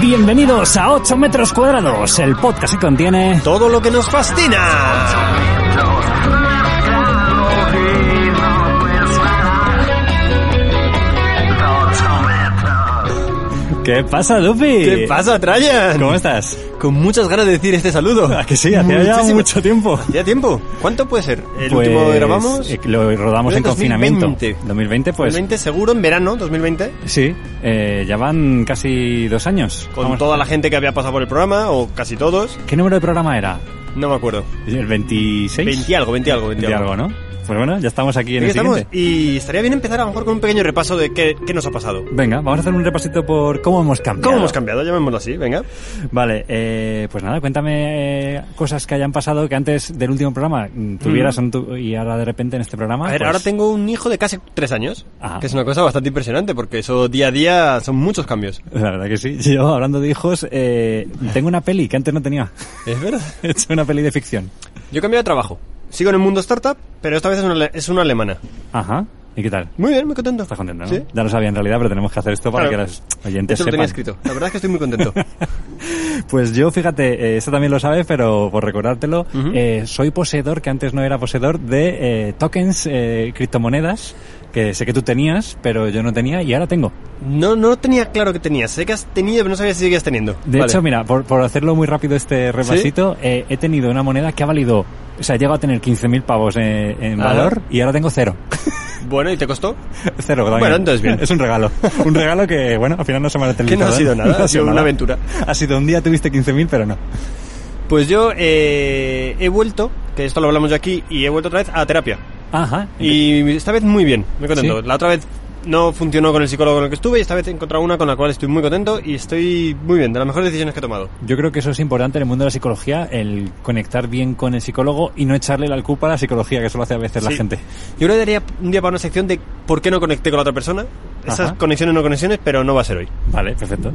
Bienvenidos a 8 metros cuadrados, el podcast que contiene... Todo lo que nos fascina. ¿Qué pasa, Dupi? ¿Qué pasa, Trajan? ¿Cómo estás? Con muchas ganas de decir este saludo. ¿A que sí? Hacía ya Muchísimo- mucho tiempo. ¿Ya tiempo? ¿Cuánto puede ser? ¿El Pues, último que grabamos? eh, Lo rodamos Fue en confinamiento. 2020. 2020, pues... 2020 seguro, en verano 2020. Sí, eh, ya van casi dos años. Con Vamos, toda la gente que había pasado por el programa, o casi todos. ¿Qué número de programa era? No me acuerdo. ¿El 26? 20 algo, 20 algo, 20 de algo, ¿no? Pues bueno, ya estamos aquí en el Aquí estamos, siguiente. y estaría bien empezar a lo mejor con un pequeño repaso de qué, qué nos ha pasado. Venga, vamos a hacer un repasito por cómo hemos cambiado. ¿Cómo hemos cambiado? Llamémoslo así, venga. Vale, eh, pues nada, cuéntame eh, cosas que hayan pasado que antes del último programa mm, tuvieras en tu- y ahora de repente en este programa. A ver, pues, Ah. ahora tengo un hijo de casi tres años, Ajá. que es una cosa bastante impresionante, porque eso día a día son muchos cambios. La verdad que sí. Yo, hablando de hijos, eh, tengo una peli que antes no tenía. Es verdad. He hecho una peli de ficción. Yo he cambiado de trabajo. Sigo en el mundo startup, pero esta vez es una, ale- es una alemana. Ajá. ¿Y qué tal? Muy bien, muy contento. ¿Estás contento, no? Sí. Ya lo sabía en realidad, pero tenemos que hacer esto para Claro. que los De oyentes hecho, lo tenía sepan. escrito. La verdad es que estoy muy contento. Pues yo, fíjate, eh, esto también lo sabes, pero por recordártelo, Ujú. eh, soy poseedor, que antes no era poseedor, de eh, tokens, eh, criptomonedas, que sé que tú tenías, pero yo no tenía y ahora tengo. No, no tenía claro que tenías. Sé que has tenido, pero no sabía si seguías teniendo. De Vale. hecho, mira, por, por hacerlo muy rápido este repasito, eh, he tenido una moneda que ha valido, o sea, he llegado a tener 15.000 pavos eh, en Ajá. valor y ahora tengo cero. Bueno, ¿y te costó? cero, ¿verdad? Bueno, entonces bien. Este Es un regalo. Un regalo que, bueno, al final no se me ha Que no materializado. ha sido nada, No ha sido una nada. aventura. Ha sido un día tuviste 15.000, pero no. Pues yo eh, he vuelto, que esto lo hablamos ya aquí, y he vuelto otra vez a terapia. Ajá. Y esta vez muy bien, muy contento. ¿Sí? La otra vez no funcionó con el psicólogo con el que estuve y esta vez he encontrado una con la cual estoy muy contento y estoy muy bien, de las mejores decisiones que he tomado. Yo creo que eso es importante en el mundo de la psicología, el conectar bien con el psicólogo y no echarle la culpa a la psicología, que eso lo hace a veces la Sí. gente. Yo creo que daría un día para una sección de por qué no conecté con la otra persona. Esas Ajá. conexiones no conexiones, pero no va a ser hoy. Vale, perfecto.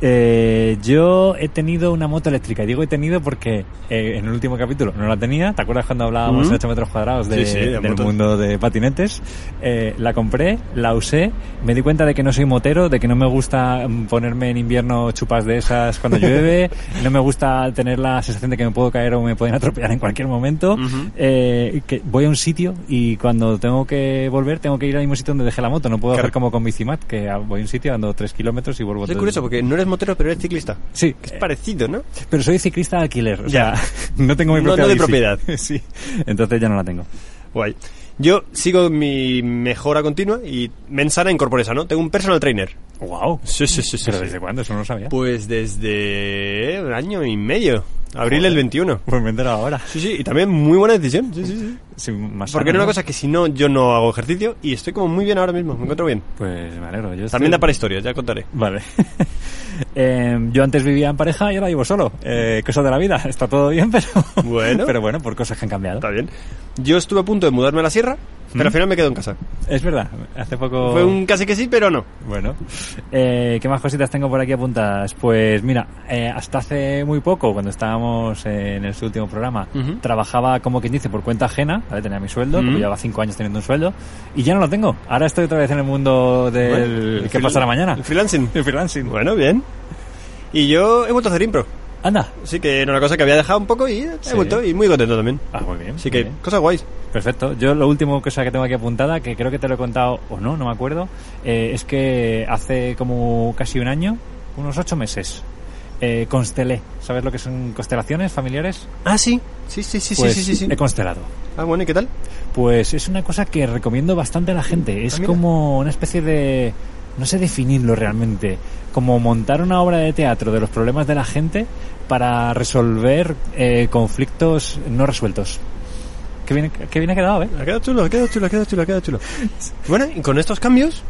Eh, yo he tenido una moto eléctrica. Y Digo he tenido porque eh, en el último capítulo no la tenía. ¿Te acuerdas cuando hablábamos Mm. en 8 metros cuadrados de- Sí, sí, de del motos. mundo de patinetes? Eh, la compré, la usé, me di cuenta de que no soy motero, de que no me gusta mm, ponerme en invierno chupas de esas cuando llueve, no me gusta tener la sensación de que me puedo caer o me pueden atropellar en cualquier momento. Ujú. Eh, que voy a un sitio y cuando tengo que volver tengo que ir al mismo sitio donde dejé la moto. No puedo Claro. hacer como con Bicimat, que ah, voy a un sitio, ando 3 kilómetros y vuelvo. Es todo- curioso porque no eres motero, pero eres ciclista. Sí, Es parecido, ¿no? pero soy ciclista de alquiler. O Ya. sea, no tengo mi No- propia no de bici. propiedad. sí, entonces ya no la tengo. Guay. Yo sigo mi mejora continua y mensana en Corporesa, ¿no? Tengo un personal trainer. wow Sí, sí, sí, ¿Pero desde cuándo? Eso no lo sabía. Pues desde un año y medio. Abril del 21. Pues me he enterado ahora. Sí, sí, y también muy buena decisión. Sí, sí, sí. Sí, más Porque sano, era una ¿no? cosa que si no, yo no hago ejercicio y estoy como muy bien ahora mismo, me encuentro bien. Pues me alegro. Yo estoy- También da para historias, ya contaré. Vale. Eh, yo antes vivía en pareja y ahora vivo solo. Eh, cosa de la vida. Está todo bien, pero... Bueno. Pero bueno, por cosas que han cambiado. Está bien. Yo estuve a punto de mudarme a la sierra, ¿Mm? pero al final me quedo en casa. Es verdad. Hace poco... Fue un casi que sí, pero no. Bueno, eh, ¿qué más cositas tengo por aquí apuntadas? Pues mira, eh, hasta hace muy poco, cuando estábamos eh, en el último programa, Ujú. trabajaba como quien dice por cuenta ajena, ¿vale? tenía mi sueldo, Ujú. porque llevaba cinco años teniendo un sueldo, y ya no lo tengo. Ahora estoy otra vez en el mundo Bueno, del el qué freel- pasará mañana. el freelancing. El freelancing. Bueno, bien. Y yo he vuelto a hacer impro. Anda. Así que era una cosa que había dejado un poco y he Sí. vuelto y muy contento también. Ah, muy bien. Así muy que, bien. cosas guays. Perfecto. Yo lo último cosa que tengo aquí apuntada, que creo que te lo he contado o no, no me acuerdo, eh, es que hace como casi un año, unos ocho meses, eh, constelé. ¿Sabes lo que son constelaciones familiares? Ah, sí. Sí, sí, sí, Pues sí, sí, sí. he constelado. Ah, bueno, ¿y qué tal? Pues es una cosa que recomiendo bastante a la gente. Ah, Es mira. como una especie de... No sé definirlo realmente. Como montar una obra de teatro de los problemas de la gente para resolver eh, conflictos no resueltos. Qué bien, qué bien ha quedado, ¿eh? Ha quedado chulo, ha quedado chulo, ha quedado chulo, ha quedado chulo. Bueno, y con estos cambios,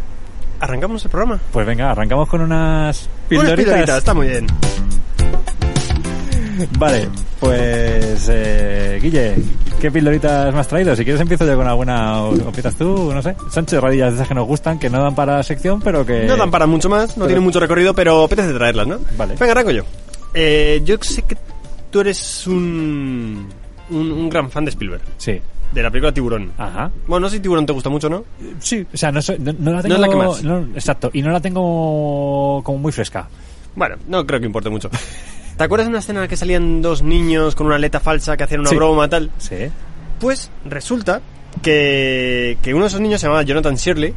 arrancamos el programa. Pues venga, arrancamos con unas Unas pildoritas. pildoritas, está muy bien. Vale, pues eh, Guille, ¿qué pildoritas me has traído? Si quieres empiezo yo con alguna o, o empiezas tú, no sé. Sánchez Radillas, de esas que nos gustan, que no dan para sección, pero que... No dan para mucho más, no tienen mucho recorrido, pero apetece traerlas, ¿no? Vale. Venga, arranco yo. Eh, yo sé que tú eres un, un, un gran fan de Spielberg, Sí. de la película Tiburón. Ajá. Ah. Bueno, no sé si Tiburón te gusta mucho, ¿no? Sí, o sea, no, soy- no- no la tengo... No es la que más. no, exacto, y no la tengo como muy fresca. Bueno, no creo que importe mucho. ¿Te acuerdas de una escena en la que salían dos niños con una aleta falsa que hacían una Sí. broma tal? Sí. Pues resulta que, que uno de esos niños se llamaba Jonathan Shirley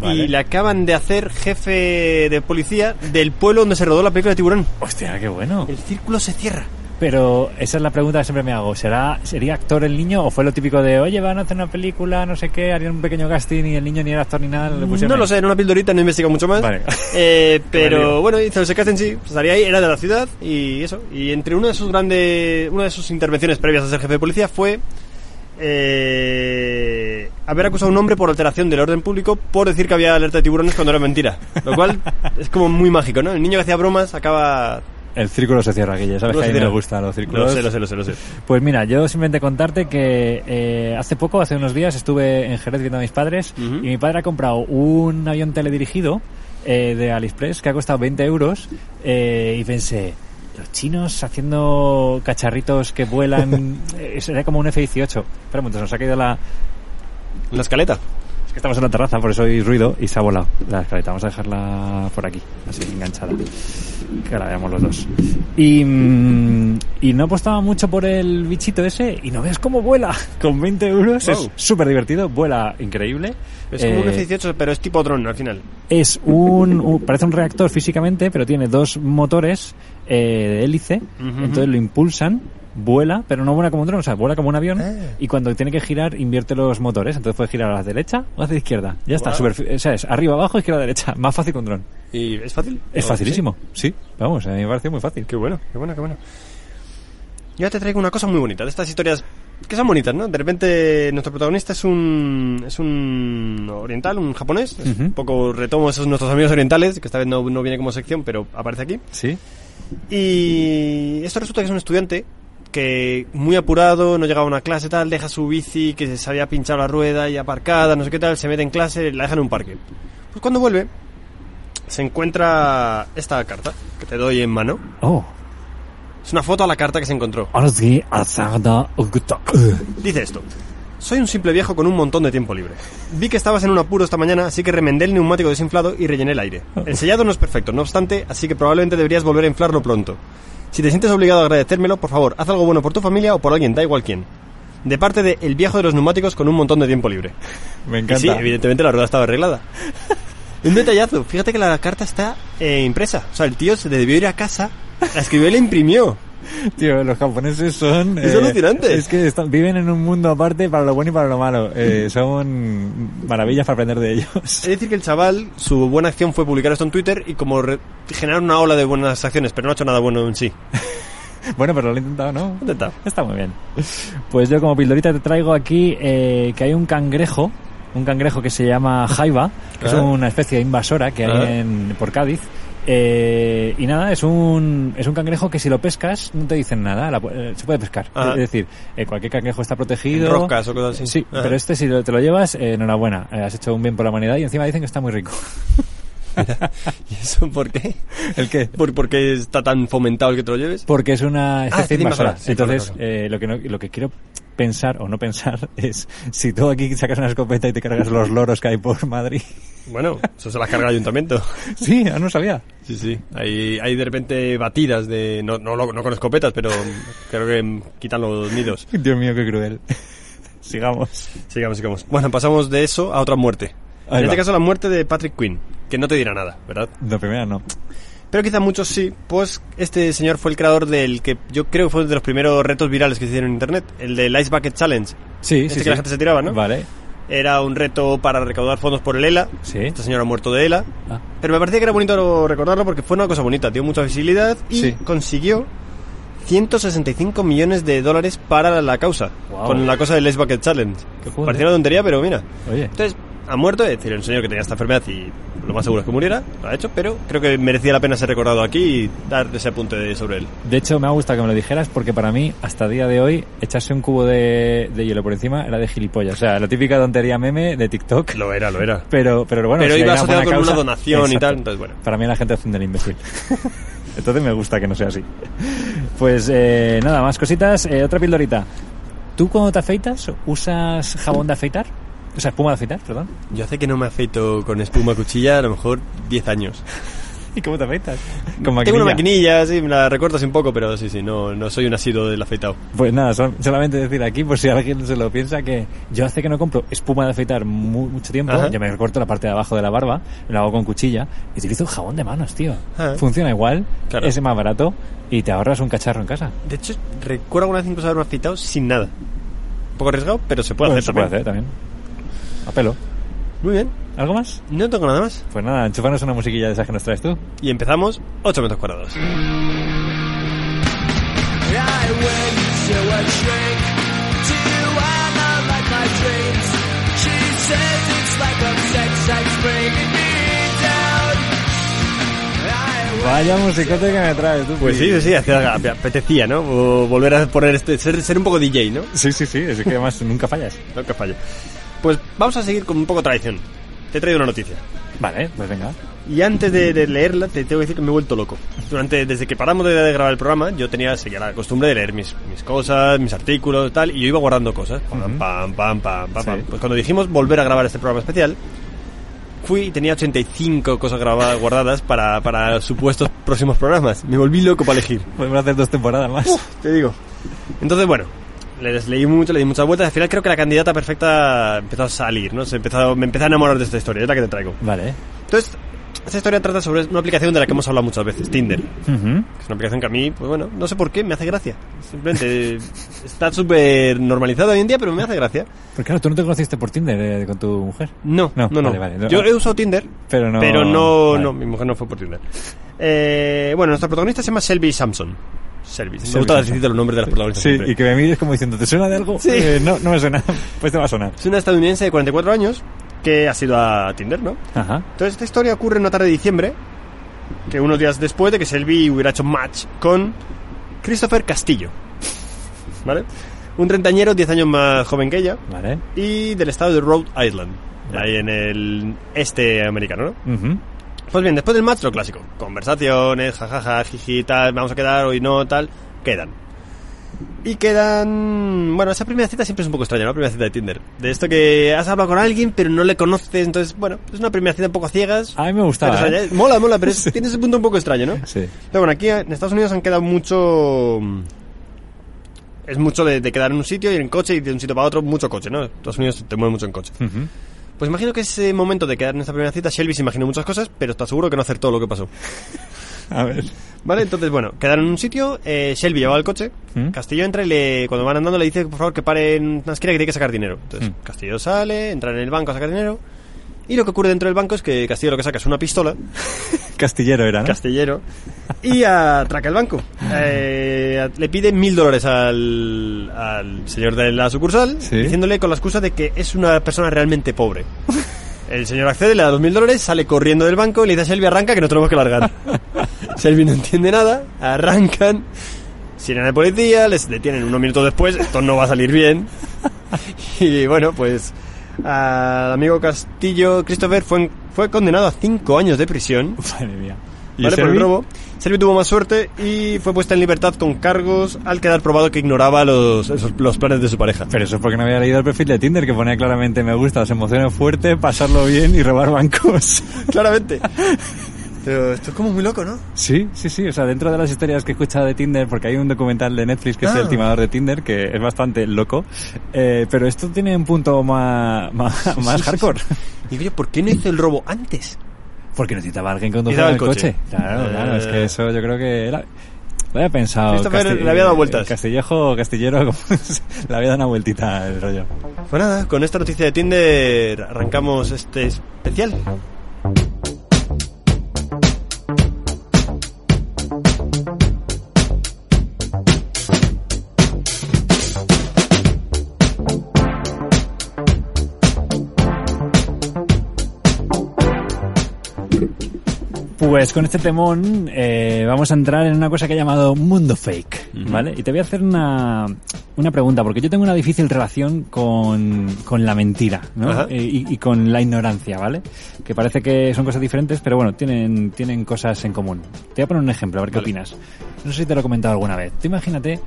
Vale. y le acaban de hacer jefe de policía del pueblo donde se rodó la película de Tiburón. Hostia, qué bueno. El círculo se cierra. Pero esa es la pregunta que siempre me hago. ¿Será, ¿Sería actor el niño o fue lo típico de, oye, van a hacer una película, no sé qué, harían un pequeño casting y el niño ni era actor ni nada? Le pusieron No lo ahí? sé, en una pildorita no he investigado mucho más. Vale. Eh, Qué pero mal bueno, hizo ese casting, sí, salía ahí, era de la ciudad y eso. Y entre una de sus grandes, una de sus intervenciones previas a ser jefe de policía fue eh, haber acusado a un hombre por alteración del orden público por decir que había alerta de tiburones cuando era mentira. Lo cual es como muy mágico, ¿no? El niño que hacía bromas acaba... El círculo se cierra aquí, ya sabes Círculo que a se mí me cierra. gustan los Lo círculos. sé, lo sé, lo sé, lo sé. Pues mira, yo simplemente contarte que eh, hace poco, hace unos días, estuve en Jerez viendo a mis padres Ujú. y mi padre ha comprado un avión teledirigido eh, de AliExpress que ha costado 20 euros eh, y pensé, los chinos haciendo cacharritos que vuelan, eh, sería como un F-18. Espera un momento, se nos ha caído la... La escaleta. Es que estamos en la terraza, por eso hay ruido y se ha volado la escaleta. Vamos a dejarla por aquí, así enganchada. Que la veamos los dos. Y, mm, y no apostaba mucho por el bichito ese y no veas cómo vuela. Con 20 euros es Wow. súper divertido, vuela increíble. Es como un Eh, F-18, pero es tipo dron al final. es un, un- parece un reactor físicamente, pero tiene dos motores eh, de hélice, Ujú. entonces lo impulsan, vuela, pero no vuela como un dron, o sea, vuela como un avión Eh. y cuando tiene que girar invierte los motores, entonces puede girar a la derecha o hacia la izquierda. Ya está, Guau. super, o sea, es arriba, abajo, izquierda, derecha, más fácil que un dron. ¿Y es fácil? Es Oh, facilísimo, sí. Vamos, a mí me parece muy fácil. sí. Qué bueno, qué bueno, qué bueno. Yo te traigo una cosa muy bonita de estas historias que son bonitas, ¿no? De repente nuestro protagonista es un es un oriental, un japonés, es Ujú. un poco retomo esos nuestros amigos orientales, que esta vez no, no viene como sección, pero aparece aquí. Sí. Y esto resulta que es un estudiante que muy apurado, no llegaba a una clase tal, deja su bici que se había pinchado la rueda y aparcada, no sé qué tal, se mete en clase, la deja en un parque. Pues cuando vuelve, se encuentra esta carta que te doy en mano. Oh, Es una foto a la carta que se encontró. ahora sí, azarda, uguta, uh. Dice esto. Soy un simple viejo con un montón de tiempo libre. Vi que estabas en un apuro esta mañana, así que remendé el neumático desinflado y rellené el aire. Ah. El sellado no es perfecto, no obstante, así que probablemente deberías volver a inflarlo pronto. Si te sientes obligado a agradecérmelo, por favor, haz algo bueno por tu familia o por alguien, da igual quién. De parte de El viejo de los neumáticos con un montón de tiempo libre. Me Y encanta. sí, evidentemente la rueda estaba arreglada. Un detallazo, fíjate que la carta está eh, impresa. O sea, el tío se debió ir a casa, la escribió y la imprimió. Tío, los japoneses son... eh, Es alucinante. Es que están- viven en un mundo aparte para lo bueno y para lo malo. Eh, son maravillas para aprender de Es ellos. decir, que el chaval, su buena acción fue publicar esto en Twitter y como re- generar una ola de buenas acciones, pero no ha hecho nada bueno en sí. Bueno, pero lo he intentado, ¿no? Intenta. Está muy bien. Pues yo como pildorita te traigo aquí eh, que hay un cangrejo, un cangrejo que se llama jaiba, que es Ah. una especie de invasora que hay Ah. en, por Cádiz. Eh, y nada, es un, es un cangrejo que si lo pescas no te dicen nada, la pu- eh, se puede pescar. Ah. Es decir, eh, cualquier cangrejo está protegido. Roscas o cosas así. Ah. Sí, Ajá. pero este si lo- te lo llevas, eh, enhorabuena, eh, has hecho un bien por la humanidad y encima dicen que está muy rico. ¿Y eso por qué? ¿El qué? ¿Por, por qué está tan fomentado el que te lo lleves? Porque es una especie Ah, tiene invasora. invasora, sí, Entonces, correcto, eh, lo, que no- lo que quiero pensar o no pensar es si tú aquí sacas una escopeta y te cargas los loros que hay por Madrid. Bueno, eso se las carga el ayuntamiento. sí, ah, no sabía. Sí, sí. Hay, hay de repente batidas de. No, no, lo- no con escopetas, pero creo que mm, quitan los nidos. Dios mío, qué cruel. Sigamos. Sigamos, sigamos. Bueno, pasamos de eso a otra muerte. Ahí en este va. caso, la muerte de Patrick Quinn, que no te dirá nada, ¿verdad? La primera no. Pero quizá muchos sí, pues este señor fue el creador del que yo creo que fue de los primeros retos virales que se hicieron en internet, el del Ice Bucket Challenge. Sí, Este sí, que sí. la gente se tiraba, ¿no? Vale. Era un reto para recaudar fondos por el ELA. Sí. Este señor ha muerto de ELA. Ah. Pero me parecía que era bonito recordarlo porque fue una cosa bonita, dio mucha visibilidad y Sí. consiguió 165 millones de dólares para la causa, Guau. con la cosa del Ice Bucket Challenge. Qué joder. Parecía una tontería, pero mira. Oye, Entonces, ha muerto, es decir, el señor que tenía esta enfermedad y lo más seguro es que muriera, lo ha hecho, pero creo que merecía la pena ser recordado aquí y dar ese apunte de- sobre él. de hecho me ha gustado que me lo dijeras porque para mí, hasta día de hoy, echarse un cubo de, de hielo por encima era de gilipollas. O sea, la típica tontería meme de TikTok. Lo era, lo era. Pero, pero bueno, Pero si hay una iba asociado buena con causa- una donación y Exacto. tal, entonces bueno. Para mí la gente hace un del imbécil. Entonces me gusta que no sea así. Pues eh, nada, más cositas. Eh, otra pildorita. ¿Tú cuando te afeitas usas jabón de afeitar? O sea, espuma de afeitar, perdón. Yo hace que no me afeito con espuma cuchilla a lo mejor 10 años. ¿Y cómo te afeitas? Con Tengo maquinilla. una maquinilla, sí, me la recortas un poco, pero sí, sí, no, no soy un asido del afeitado. Pues nada, sol- solamente decir aquí, por si alguien se lo piensa, que yo hace que no compro espuma de afeitar mu- mucho tiempo, Ajá. ya me corto la parte de abajo de la barba, me lo hago con cuchilla y utilizo jabón de manos, tío. Ah. Funciona igual, Claro. es más barato y te ahorras un cacharro en casa. De hecho, recuerdo alguna vez incluso haberme afeitado sin nada. Un poco arriesgado, pero se puede Bueno, hacer Pues se puede también. hacer también. A pelo. Muy bien, ¿Algo más? no tengo nada más. Pues nada, enchufanos una musiquilla de esas que nos traes tú. Y empezamos 8 metros cuadrados. I went to a shrink to analyze my dreams. She says it's like a sex that's bringing me down. I Vaya musicote que me traes tú. Pues sí, sí, sí, hacía- me apetecía, ¿no? O volver a poner este, ser, ser un poco DJ, ¿no? Sí, sí, sí, es que además nunca fallas. No, que falle. Pues vamos a seguir con un poco de tradición. Te he traído una noticia. Vale, pues venga. Y antes de, de leerla, te tengo que decir que me he vuelto loco. Durante, desde que paramos de, de grabar el programa, yo tenía seguía la costumbre de leer mis, mis cosas, mis artículos, tal, y yo iba guardando cosas. Pam, pam, pam, pam, pam, Sí. pam. Pues cuando dijimos volver a grabar este programa especial, fui y tenía 85 cosas grabadas, guardadas para, para supuestos próximos programas. Me volví loco para elegir. Podemos hacer dos temporadas más. Te digo. Entonces, bueno, les leí mucho, le di muchas vueltas. Al final creo que la candidata perfecta empezó a salir, ¿no? Se empezó, me empecé a enamorar de esta historia, es la que te traigo. Vale. Entonces, esta historia trata sobre una aplicación de la que hemos hablado muchas veces, Tinder. Que Ujú. es una aplicación que a mí, pues bueno, no sé por qué, me hace gracia. Simplemente está súper normalizada hoy en día, pero me hace gracia. Pero claro, tú no te conociste por Tinder eh, con tu mujer. No, no, No, no. vale, vale, no. Yo he usado Tinder, Pero no. pero no, vale. no, mi mujer no fue por Tinder. Eh, bueno, nuestra protagonista se llama Selby Samson. Selby. Me gusta Sampson. decir los nombres de las protagonistas. Sí, siempre. y que me mires como diciendo, ¿te suena de algo? Sí. Eh, no, no me suena. Pues te va a sonar. Es una estadounidense de 44 años que ha sido a Tinder, ¿no? Ajá. Entonces, esta historia ocurre en una tarde de diciembre, que unos días después de que Selby hubiera hecho match con Christopher Castillo. ¿Vale? Un treintañero, 10 años más joven que ella, Vale. y del estado de Rhode Island, Vale. ahí en el este americano, ¿no? Ujú. Pues bien, después del match, lo clásico. Conversaciones, jajaja, jiji, tal, vamos a quedar, hoy no, tal. Quedan. Y quedan... Bueno, esa primera cita siempre es un poco extraña, ¿no? La primera cita de Tinder. De esto que has hablado con alguien, pero no le conoces, entonces, bueno, es una primera cita un poco a ciegas. A mí me pero gustaba. extraña. ¿eh? Mola, mola, pero es- tiene ese punto un poco extraño, ¿no? Sí. Pero bueno, aquí en Estados Unidos han quedado mucho... Es mucho de, de quedar en un sitio, ir en coche y de un sitio para otro, mucho coche, ¿no? Estados Unidos te mueve mucho en coche. Ujú. Pues imagino que ese momento de quedar en esta primera cita, Shelby se imaginó muchas cosas, pero está seguro que no acertó lo que pasó. A ver. Vale, entonces, bueno, quedaron en un sitio, eh, Shelby llevaba el coche, ¿Mm? Castillo entra y le, cuando van andando le dice, por favor, que paren en una esquina que tiene que sacar dinero. Entonces, ¿Mm? Castillo sale, entra en el banco a sacar dinero, y lo que ocurre dentro del banco es que Castillo lo que saca es una pistola, Castillero era, ¿no? Castillero, y atraca el banco. Eh, le pide mil dólares al, al señor de la sucursal, Sí. diciéndole con la excusa de que es una persona realmente pobre. El señor accede, le da dos mil dólares, sale corriendo del banco y le dice a Selby, arranca que nos tenemos que largar. Selby no entiende nada, arrancan, sirena de policía, les detienen unos minutos después, esto no va a salir bien. Y bueno, pues al amigo Castillo Christopher fue, fue condenado a cinco años de prisión Madre mía. ¿Y ¿Vale? Por el Servi? robo. Servi tuvo más suerte y fue puesta en libertad con cargos al quedar probado que ignoraba los, esos- los planes de su pareja. Pero eso es porque no había leído el perfil de Tinder que ponía claramente me gusta, las emociones fuertes, pasarlo bien y robar bancos. Claramente. Pero esto es como muy loco, ¿no? Sí, sí, sí. O sea, dentro de las historias que he escuchado de Tinder, porque hay un documental de Netflix que es Ah. El timador de Tinder, que es bastante loco, eh, pero esto tiene un punto más, más, más hardcore. Y yo, ¿por qué no hizo el robo antes? Porque necesitaba alguien que Necesitaba conduciera el el coche. coche. Claro, Eh. claro, es que eso yo creo que era... Lo había pensado. Christopher le había dado vueltas. Castillejo, Castillero, como es, le había dado una vueltita el rollo. Pues nada, con esta noticia de Tinder arrancamos este especial. Pues con este temón eh, vamos a entrar en una cosa que he llamado mundo fake, ¿vale? Y te voy a hacer una, una pregunta, porque yo tengo una difícil relación con, con la mentira, Ajá. ¿no? Eh, y, y con la ignorancia, ¿vale? Que parece que son cosas diferentes, pero bueno, tienen, tienen cosas en común. Te voy a poner un ejemplo, a ver qué Vale. opinas. No sé si te lo he comentado alguna vez. Tú imagínate eh,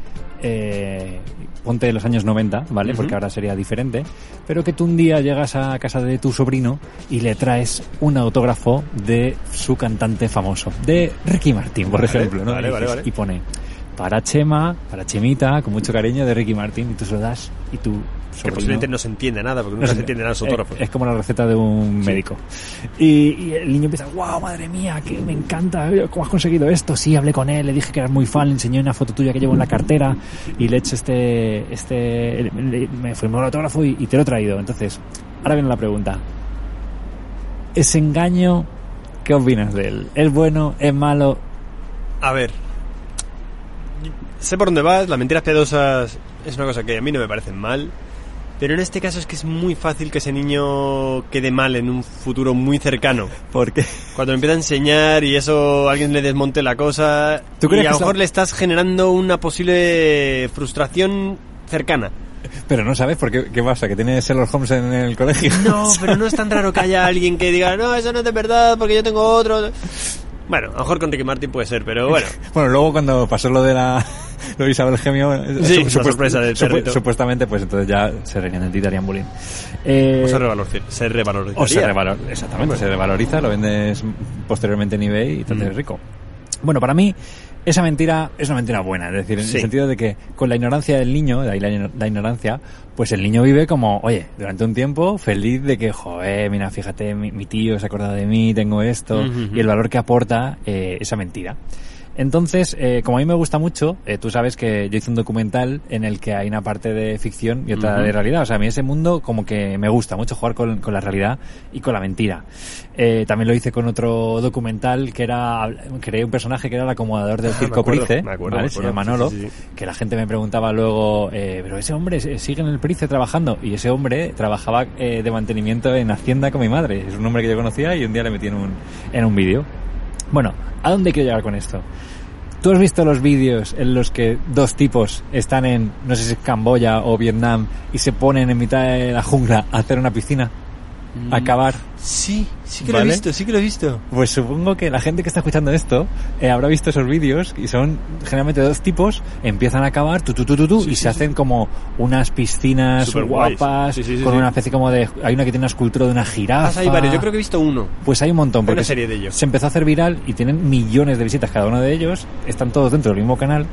eh, ponte los años 90, ¿vale? Ujú. Porque ahora sería diferente, pero que tú un día llegas a casa de tu sobrino y le traes un autógrafo de su cantante famoso, de Ricky Martin, por Vale, ejemplo, ¿no? vale, y, vale, vale. y pone para Chema, para Chemita, con mucho cariño de Ricky Martin, y tú se lo das y tú... Que posiblemente no se entiende nada, porque nunca se entiende Eh, nada los autógrafos. Es, es como la receta de un médico. Y, y el niño empieza, wow, madre mía, que me encanta, eh, ¿cómo has conseguido esto? Sí, hablé con él, le dije que eras muy fan, le enseñé una foto tuya que llevo en la cartera y le he hecho este, este, le- me firmó el autógrafo y, y te lo he traído. Entonces, ahora viene la pregunta. ¿Ese engaño, qué opinas de él? ¿Es bueno? ¿Es malo? A ver. Sé por dónde vas, las mentiras piadosas es una cosa que a mí no me parecen mal. Pero en este caso es que es muy fácil que ese niño quede mal en un futuro muy cercano. Porque Cuando le empieza a enseñar y eso alguien le desmonte la cosa. ¿Tú crees y que a lo eso- mejor le estás generando una posible frustración cercana. Pero no sabes por qué, qué pasa, que tiene Sherlock Holmes en el colegio. No, pero no es tan raro que haya alguien que diga, no, eso no es de verdad porque yo tengo otro. Bueno, a lo mejor con Ricky Martin puede ser, pero bueno. Bueno, luego cuando pasó lo de la lo de Isabel Gemio, eh, Sí, la sorpresa del perrito. supuestamente, pues entonces ya se recandidarían bullying. Eh, O se revaloriza. Se revalorizaría. o se revalor- exactamente, se revaloriza, lo vendes posteriormente en eBay y te haces Mm. rico. Bueno, para mí esa mentira es una mentira buena, es decir, en Sí. el sentido de que con la ignorancia del niño, de ahí la, igno- la ignorancia, pues el niño vive como, oye, durante un tiempo feliz de que, joder, mira, fíjate, mi, mi tío se acuerda de mí, tengo esto, Ujú. y el valor que aporta eh, esa mentira. Entonces, eh, como a mí me gusta mucho, eh, tú sabes que yo hice un documental en el que hay una parte de ficción y otra Ujú. de realidad. O sea, a mí ese mundo como que me gusta mucho jugar con, con la realidad y con la mentira. Eh, también lo hice con otro documental que era, creé un personaje que era el acomodador del Ah, me circo acuerdo, Price, me acuerdo, ¿vale? me Se llama acuerdo. Manolo, Sí, sí, que la gente me preguntaba luego, eh, pero ese hombre se- sigue en el Price trabajando. Y ese hombre trabajaba eh, de mantenimiento en Hacienda con mi madre. Es un hombre que yo conocía y un día le metí en un, en un vídeo. Bueno, ¿a dónde quiero llegar con esto? ¿Tú has visto los vídeos en los que dos tipos están en, no sé si es Camboya o Vietnam, y se ponen en mitad de la jungla a hacer una piscina? A cavar. Mm. Sí, sí que lo ¿Vale? he visto, sí que lo he visto. Pues supongo que la gente que está escuchando esto eh, habrá visto esos vídeos y son generalmente dos tipos, empiezan a cavar tu, tu, tu, tu, tu, y se hacen como unas piscinas Súper guays. guapas, Sí, sí, sí, con sí. una especie como de... Hay una que tiene una escultura de una jirafa. Pasa ahí varios, yo creo que he visto uno. Pues hay un montón. Hay Porque una serie de ellos. Se empezó a hacer viral y tienen millones de visitas cada uno de ellos. Están todos dentro del mismo canal.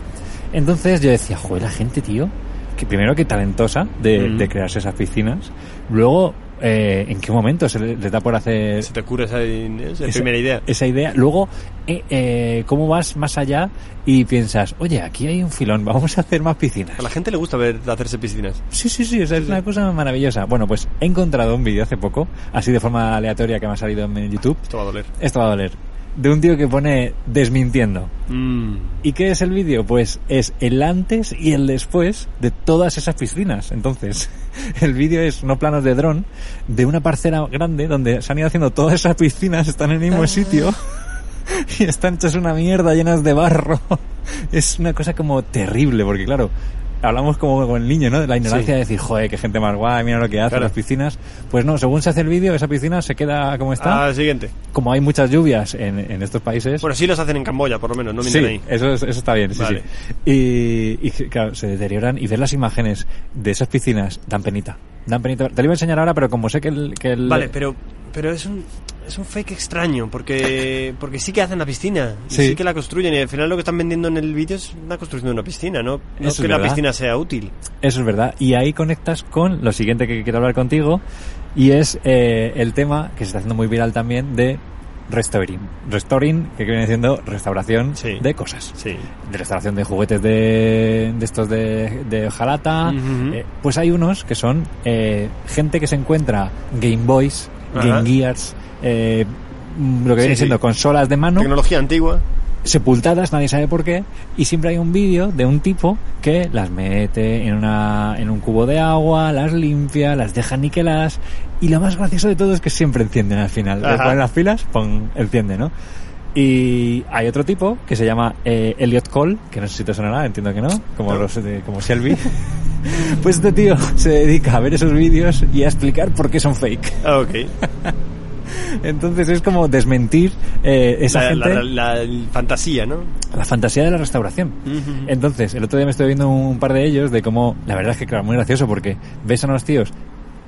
Entonces yo decía, joder, la gente, tío, que primero que talentosa de, Mm. de crearse esas piscinas. Luego, eh, ¿en qué momento se le- les da por hacer Se te ocurre esa, esa primera idea. esa idea. Luego, eh, eh, ¿cómo vas más allá y piensas, oye, aquí hay un filón, vamos a hacer más piscinas? A la gente le gusta ver hacerse piscinas. Sí, sí, sí, esa es una cosa maravillosa. Bueno, pues he encontrado un vídeo hace poco, así de forma aleatoria que me ha salido en YouTube. Esto va a doler. Esto va a doler. De un tío que pone desmintiendo. Mm. ¿Y qué es el vídeo? Pues es el antes y el después de todas esas piscinas. Entonces, el vídeo es unos planos de dron de una parcela grande donde se han ido haciendo todas esas piscinas, están en el Ah. mismo sitio y están hechas una mierda llenas de barro. Es una cosa como terrible, porque claro, hablamos como con el niño, ¿no? De la ignorancia Sí. de decir, joder, qué gente más guay, mira lo que hace Claro. las piscinas. Pues no, según se hace el vídeo, esa piscina se queda como está. Ah, siguiente. Como hay muchas lluvias en, en estos países, Bueno, sí los hacen en Camboya, por lo menos, no mienten Sí, ahí. eso, es- eso está bien, sí, Vale. sí. Y, y, claro, se deterioran y ver las imágenes de esas piscinas dan penita. Dan penita. Te lo iba a enseñar ahora, pero como sé que el... que el- Vale, pero, pero es un... Es un fake extraño, porque, porque sí que hacen la piscina, y sí. Sí. que la construyen, y al final lo que están vendiendo en el vídeo es una construcción de una piscina, no, no Eso que es la verdad. piscina sea útil. Eso es verdad. Y ahí conectas con lo siguiente que quiero hablar contigo y es eh, el tema que se está haciendo muy viral también de restoring. Restoring, que viene siendo restauración Sí. de cosas. Sí. de restauración de juguetes de, de estos de, de jalata. Ujú. Eh, pues hay unos que son eh, gente que se encuentra Game Boys, Ajá. Game Gears, eh, mm, lo que Sí, viene sí. siendo consolas de mano, Tecnología antigua. sepultadas, nadie sabe por qué, y siempre hay un vídeo de un tipo que las mete en, una, en un cubo de agua, las limpia, las deja niqueladas, y lo más gracioso de todo es que siempre encienden al final. Le Ajá. ponen las pilas, pon, enciende, ¿no? Y hay otro tipo que se llama eh, Elliot Cole, que no sé si te sonará, entiendo que no, como, los de- como Shelby. pues este tío se dedica a ver esos vídeos y a explicar por qué son fake. Ah, ok. Entonces es como desmentir eh, esa La, gente. la- la- la fantasía, ¿no? la fantasía de la restauración. Ujú. Entonces, el otro día me estoy viendo un par de ellos de cómo, la verdad es que, claro, muy gracioso porque ves a unos tíos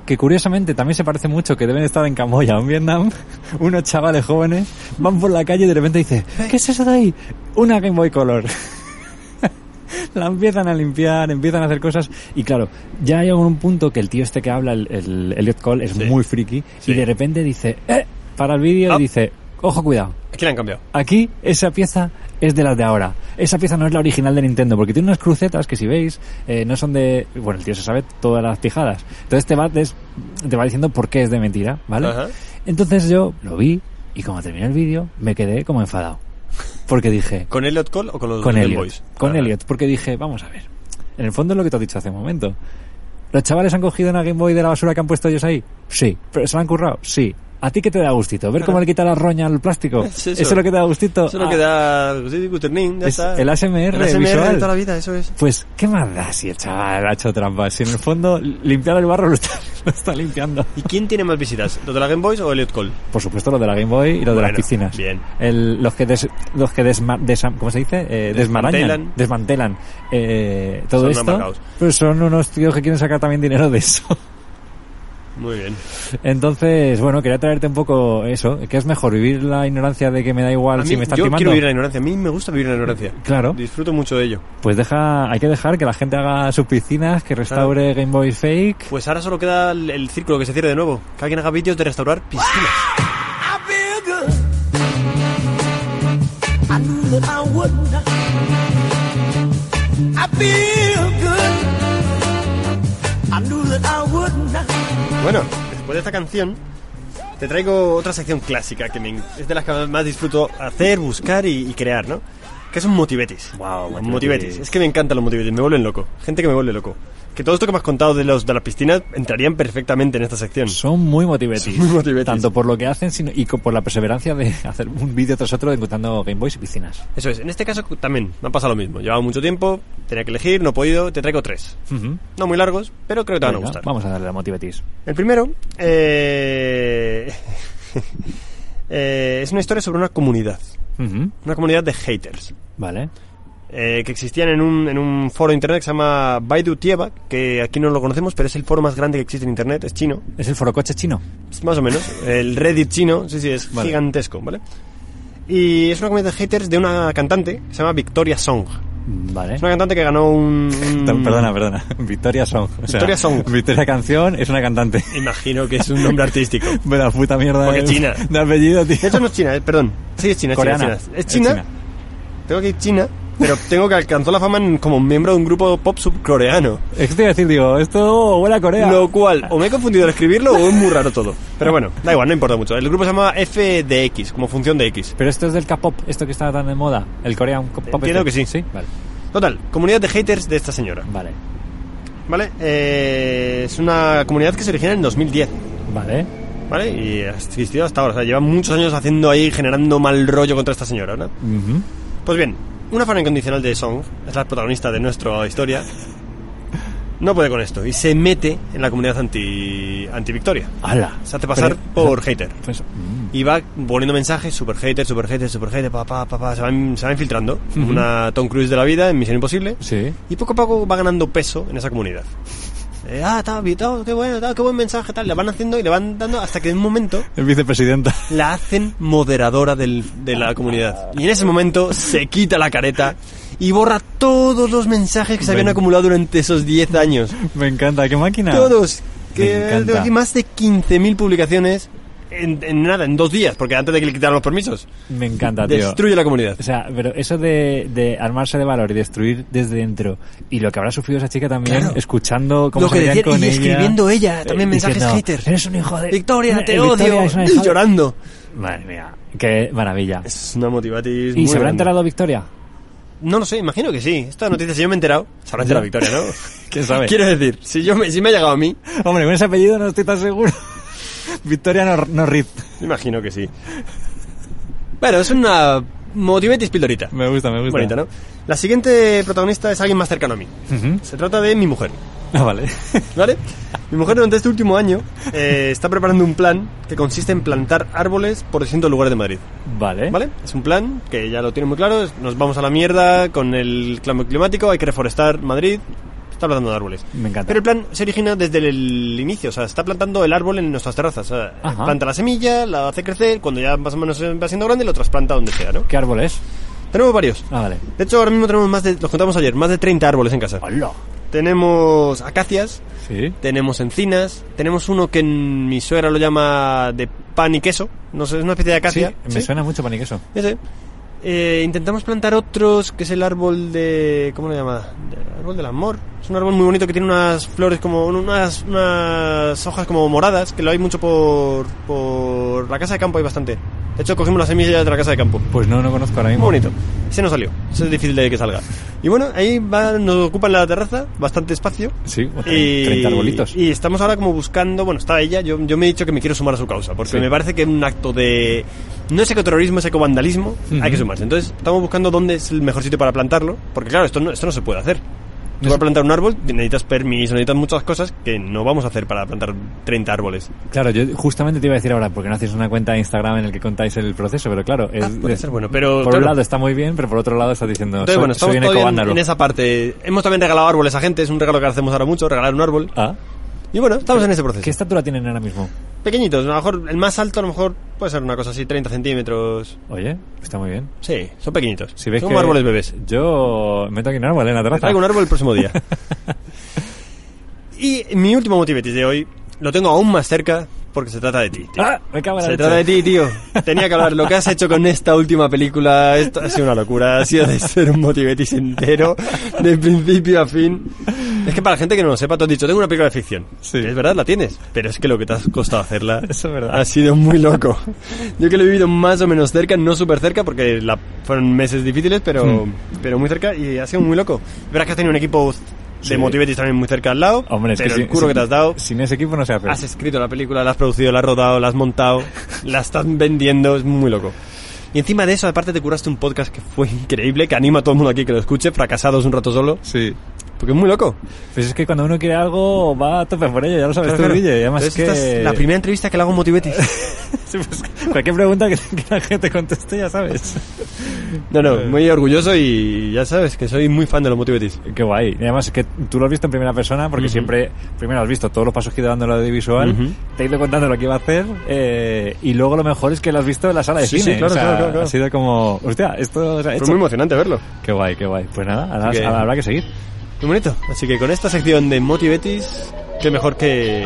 que curiosamente también se parece mucho que deben estar en Camboya o en Vietnam, unos chavales jóvenes, van por la calle y de repente dice, ¿qué es eso de ahí? Una Game Boy Color. La empiezan a limpiar, empiezan a hacer cosas y claro, ya hay un punto que el tío este que habla, el, el Elliot Cole, es Sí. muy friki Sí. y de repente dice, ¡eh! Para el vídeo Ah. y dice, ojo cuidado, Aquí la han cambiado. Aquí esa pieza es de las de ahora. Esa pieza no es la original de Nintendo porque tiene unas crucetas que si veis eh, no son de... Bueno, el tío se sabe todas las pijadas. Entonces te va, des- te va diciendo por qué es de mentira, ¿vale? Ajá. Entonces yo lo vi y cuando terminé el vídeo me quedé como enfadado. Porque dije... ¿Con Elliot Cole o con los Con Game Elliot. Boys? Con Ajá. Elliot. Porque dije, vamos a ver. En el fondo es lo que te has dicho hace un momento. ¿Los chavales han cogido una Game Boy de la basura que han puesto ellos ahí? Sí. ¿Pero se la han currado? Sí. ¿A ti qué te da gustito? ¿Ver cómo le quita la roña al plástico? Es eso. es lo que te da gustito? Eso es lo Ah, que da sí, Guternin, ya es está. el ASMR El ASMR visual. de toda la vida, eso es. Pues, ¿qué más da si el chaval ha hecho trampas? Si en el fondo limpiar el barro lo está, lo está limpiando. ¿Y quién tiene más visitas? ¿Los de la Game Boys o Elliot Cole? Por supuesto, lo de la Game Boy y lo de Bueno, las piscinas. bien. El- los que, des- los que desma- desam- ¿cómo se dice? Eh, desmarañan. Desmantelan. Desmantelan. eh, todo Son esto. amargados. Pues son unos tíos que quieren sacar también dinero de eso. Muy bien. Entonces, bueno, quería traerte un poco eso. que es mejor? ¿Vivir la ignorancia de que me da igual A mí- si me están yo timando? quiero vivir en la ignorancia. A mí me gusta vivir en la ignorancia. Claro. Disfruto mucho de ello. Pues deja, hay que dejar que la gente haga sus piscinas, que restaure Game Boy Fake. Pues ahora solo queda el, el círculo que se cierre de nuevo. Que alguien haga vídeos de restaurar piscinas. I feel good. I knew that I would not. I feel good. I knew that I would not. Bueno, después de esta canción te traigo otra sección clásica que me en- es de las que más disfruto hacer, buscar y, y crear, ¿no? Que es un motivetis. Wow, Los motivetis. motivetis. Es que me encantan los motivetis, me vuelven loco. Gente que me vuelve loco. Que todo esto que me has contado de los de las piscinas entrarían perfectamente en esta sección. Son muy motivetis. Mm. Son muy motivetis. Tanto por lo que hacen sino, y co- por la perseverancia de hacer un vídeo tras otro encontrando Game Boys y piscinas. Eso es. En este caso también me ha pasado lo mismo. Llevaba mucho tiempo, tenía que elegir, no he podido, te traigo tres. Ujú. No muy largos, pero creo que te van a Venga, gustar. Vamos a darle a motivetis. El primero eh, eh, es una historia sobre una comunidad. Ujú. Una comunidad de haters. Vale. eh, que existían en un, en un foro de internet que se llama Baidu Tieba, que aquí no lo conocemos, pero es el foro más grande que existe en internet, es chino, ¿Es el forocoche chino? es más o menos, el Reddit chino, sí, sí, es Vale. gigantesco, ¿vale? Y es una comunidad de haters de una cantante que se llama Victoria Song. Vale. Es una cantante que ganó un... un- Perdona, perdona. Victoria Song. O sea, Mm. Victoria Song. Victoria Canción es una cantante. Imagino que es un nombre artístico. Ve la puta mierda Porque de, china. de apellido, tío. De hecho no es china, eh, perdón. Sí, es china, es china, Coreana. es china. Es china, tengo que ir china, pero tengo que alcanzó la fama en- como miembro de un grupo pop subcoreano. Es que te iba a decir, digo, esto oh, huele a Corea. Lo cual, o me he confundido al escribirlo o es muy raro todo. Pero bueno, da igual, no importa mucho. El grupo se llama FDX, como función de X. Pero esto es del K-pop, esto que está tan de moda. El Korean Pop. Entiendo este. que sí. Sí, vale. Total, comunidad de haters de esta señora. Vale. ¿Vale? Eh, es una comunidad que se origina en 2010. Vale. ¿Vale? Y ha existido hasta ahora. O sea, lleva muchos años haciendo ahí, generando mal rollo contra esta señora, ¿no? Ujú. Pues bien, una fan incondicional de Song, es la protagonista de nuestra historia, no puede con esto y se mete en la comunidad anti, anti-Victoria. ¡Hala! Se hace pasar Pero- por hater. Pues, mm, Y va poniendo mensajes, super hater, super hater, super hater, pa, pa, pa, pa, se, va, in- se va infiltrando. Ujú. Una Tom Cruise de la vida en Misión Imposible. sí. Y poco a poco va ganando peso en esa comunidad. Eh, ah, está, vi- está, qué bueno, está, qué buen mensaje, tal. Le van haciendo y le van dando hasta que en un momento El vicepresidenta. la hacen moderadora del- de la comunidad. Y en ese momento se quita la careta y borra todos los mensajes que se habían Ven. acumulado durante esos 10 años. Me encanta, qué máquina. Todos. Ah, Me Que encanta. tengo aquí más de 15.000 publicaciones en, en nada, en dos días, porque antes de que le quitaran los permisos. Me encanta, tío. Destruye la comunidad. O sea, pero eso de, de armarse de valor y destruir desde dentro y lo que habrá sufrido esa chica también, Claro. escuchando cómo Lo que se metían decían con y ella, escribiendo ella también eh, mensajes diciendo, haters. Eres un hijo de Victoria, te Eh, Victoria odio. es una Y hija de-". llorando. Madre mía, qué maravilla. Es una motivatis. ¿Y muy se habrá grande. enterado Victoria? No lo sé, imagino que sí. Esta noticia, si yo me he enterado, se habrá enterado Victoria, ¿no? ¿Quién sabe? Quiero decir, si, yo me, si me ha llegado a mí, Hombre, con ese apellido no estoy tan seguro. Victoria no, no Riz. imagino que sí. Bueno, es una motivatis pildorita. Me gusta, me gusta. Bonita, ¿no? La siguiente protagonista es alguien más cercano a mí. Ujú. Se trata de mi mujer. Ah, vale. ¿Vale? Mi mujer durante este último año eh, está preparando un plan que consiste en plantar árboles por distintos lugares de Madrid. Vale. ¿Vale? Es un plan que ya lo tiene muy claro. es- Nos vamos a la mierda con el cambio climático, hay que reforestar Madrid. Está plantando de árboles. Me encanta. Pero el plan se origina desde el inicio, o sea, está plantando el árbol en nuestras terrazas. o sea, Ajá. planta la semilla, la hace crecer, cuando ya más o menos va siendo grande, lo trasplanta donde sea, ¿no? ¿Qué árbol es? Tenemos varios. Ah, vale. De hecho, ahora mismo tenemos más de, los contamos ayer, más de 30 árboles en casa. Hola. Tenemos acacias, Sí. tenemos encinas, tenemos uno que en mi suegra lo llama de pan y queso, no sé, es una especie de Sí, acacia. me ¿sí? suena mucho paniqueso. Ese. Eh, intentamos plantar otros, que es el árbol de... ¿Cómo lo llama? De- árbol del amor. Es un árbol muy bonito que tiene unas flores como... unas, unas hojas como moradas, que lo hay mucho por, por la casa de campo, hay bastante. De hecho, cogimos las semillas de la casa de campo. Pues no, no conozco ahora Muy mismo. bonito. Ese no salió. Ese es difícil de que salga. Y bueno, ahí va- nos ocupan la terraza, bastante espacio. Sí, bueno, Y, 30 arbolitos. y estamos ahora como buscando, bueno, está ella, yo, yo me he dicho que me quiero sumar a su causa, porque Sí. me parece que es un acto de, no es ecoterrorismo, es ecovandalismo, Ujú. hay que sumarse. Entonces, estamos buscando dónde es el mejor sitio para plantarlo, porque claro, esto no, esto no se puede hacer. Tú No para se- plantar un árbol necesitas permiso, necesitas muchas cosas que no vamos a hacer para plantar 30 árboles. Claro, yo justamente te iba a decir ahora, porque no hacéis una cuenta de Instagram en el que contáis el proceso, pero claro, es, Ah, puede ser bueno, pero, por claro. un lado está muy bien, pero por otro lado está diciendo, Entonces, soy, bueno, soy estamos un todavía en, ecovándalo. en esa parte. Hemos también regalado árboles a gente, es un regalo que hacemos ahora mucho, regalar un árbol. Ah, Y bueno, estamos en ese proceso. ¿Qué estatura tienen ahora mismo? Pequeñitos, a lo mejor el más alto a lo mejor puede ser una cosa así, 30 centímetros. Oye, está muy bien. Sí, son pequeñitos. Si ves son que- como árboles bebés. Yo meto aquí un árbol en la Te terraza. traigo un árbol el próximo día. y mi último motivetis de hoy lo tengo aún más cerca porque se trata de ti. tío. Ah, me cago en la Se leche. trata de ti, tío. Tenía que hablar. Lo que has hecho con esta última película esto ha sido una locura. Ha sido de ser un motivetis entero, de principio a fin. Es que para la gente que no lo sepa, tú has dicho, tengo una película de ficción. Sí. Que Es verdad, la tienes. Pero es que lo que te ha costado hacerla Eso es verdad. ha sido muy loco. Yo que lo he vivido más o menos cerca, no súper cerca, porque la- fueron meses difíciles, pero, Hmm. pero muy cerca y ha sido muy loco. Verás que has tenido un equipo de Sí. motivetis también muy cerca al lado. Hombre, es pero que el sin- sin- curro que te has dado. Sin ese equipo no se hace. Has escrito la película, la has producido, la has rodado, la has montado, la estás vendiendo, es muy loco. Y encima de eso, aparte te curaste un podcast que fue increíble, que anima a todo el mundo aquí que lo escuche, fracasados un rato solo, Sí. porque es muy loco. Pues es que cuando uno quiere algo va a tope por ello, ya lo sabes tú, Claro, Guille. Y además entonces que... esta es la primera entrevista que le hago en Motivetis. Sí, pues, cualquier pregunta que, que la gente conteste, ya sabes. No, no, muy orgulloso y ya sabes que soy muy fan de los Motivetis. Qué guay. Y además que tú lo has visto en primera persona porque Ujú. siempre, primero has visto todos los pasos que he ido dando en lo audiovisual, Ujú. te he ido contando lo que iba a hacer eh, y luego lo mejor es que lo has visto en la sala de Sí, sí, cine. O claro, sea, claro, claro, claro. Ha sido como, hostia, esto se ha Fue hecho. muy emocionante verlo. Qué guay, qué guay. Pues nada, ahora- Así que- ahora habrá que seguir. Muy bonito. Así que con esta sección de Motivetis, qué mejor que...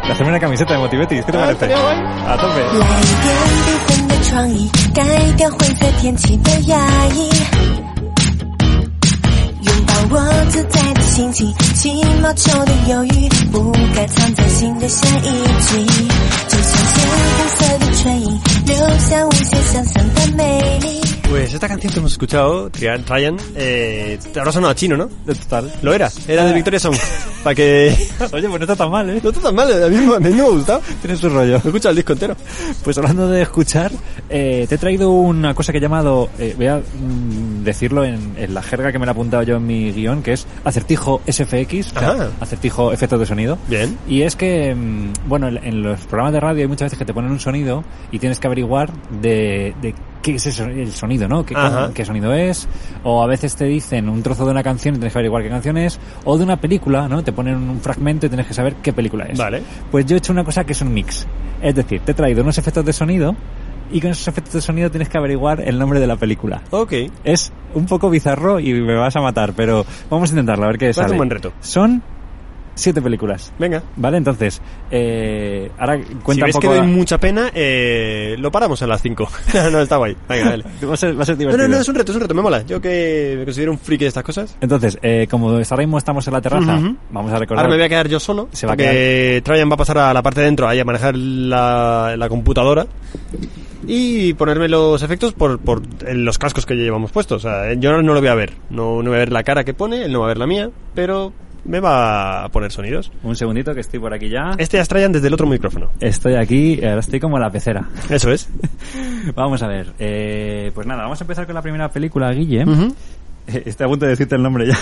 Hacerme una camiseta de Motivetis, ¿qué te Ah, parece? estaría guay. A tope. 来一点缤纷的创意，改掉灰色天气的压抑。拥抱我自在的心情，起毛球的犹豫，不该藏在心的下一季。就像浅红色的唇印，留下无限想象的美丽。 Pues esta canción que hemos escuchado, Trian- Ryan, eh, te habrá sonado a chino, ¿no? Total. Lo era, era de Victoria Song. Para que. Oye, pues no está tan mal, ¿eh? Ah. No está tan mal, a mí, me- a mí me ha gustado. Tiene su rollo. He escuchado el disco entero. Pues hablando de escuchar, eh, te he traído una cosa que he llamado, eh, voy a mm, decirlo en, en la jerga que me la he apuntado yo en mi guión, que es acertijo SFX, o sea, Ajá. acertijo efectos de sonido. Bien. Y es que, mm, bueno, en- en los programas de radio hay muchas veces que te ponen un sonido y tienes que averiguar de, de qué es ese- el sonido, ¿no? ¿Qué, Ajá. cómo- qué sonido es? O a veces te dicen un trozo de una canción y tienes que averiguar qué canción es. O de una película, ¿no? Te ponen un fragmento y tienes que saber qué película es. Vale. Pues yo he hecho una cosa que es un mix. Es decir, te he traído unos efectos de sonido y con esos efectos de sonido tienes que averiguar el nombre de la película. Ok. Es un poco bizarro y me vas a matar, pero vamos a intentarlo, a ver qué ser sale. un buen reto. Son siete películas. Venga. Vale, entonces, eh, ahora si cuenta ves un que poco... doy mucha pena, eh, lo paramos a las 5. no, no, está guay. Venga, dale. va, a ser, va a ser No, divertido. no, no, es un reto, es un reto, me mola. Yo que me considero un friki de estas cosas. Entonces, eh, como ahora mismo estamos en la terraza, Ujú. vamos a recordar... Ahora me voy a quedar yo solo. Se va a porque Trajan va a pasar a la parte de dentro, ahí a manejar la, la computadora. Y ponerme los efectos por, por en los cascos que llevamos puestos. O sea, eh, yo no, no lo voy a ver. No, no voy a ver la cara que pone, él no va a ver la mía, pero me va a poner sonidos. Un segundito, que estoy por aquí ya. Este ya es Trajan desde el otro micrófono. Estoy aquí, ahora estoy como la pecera. Eso es. Vamos a ver, eh, pues nada, vamos a empezar con la primera película, Guille. Ujú. Eh, Estoy a punto de decirte el nombre ya,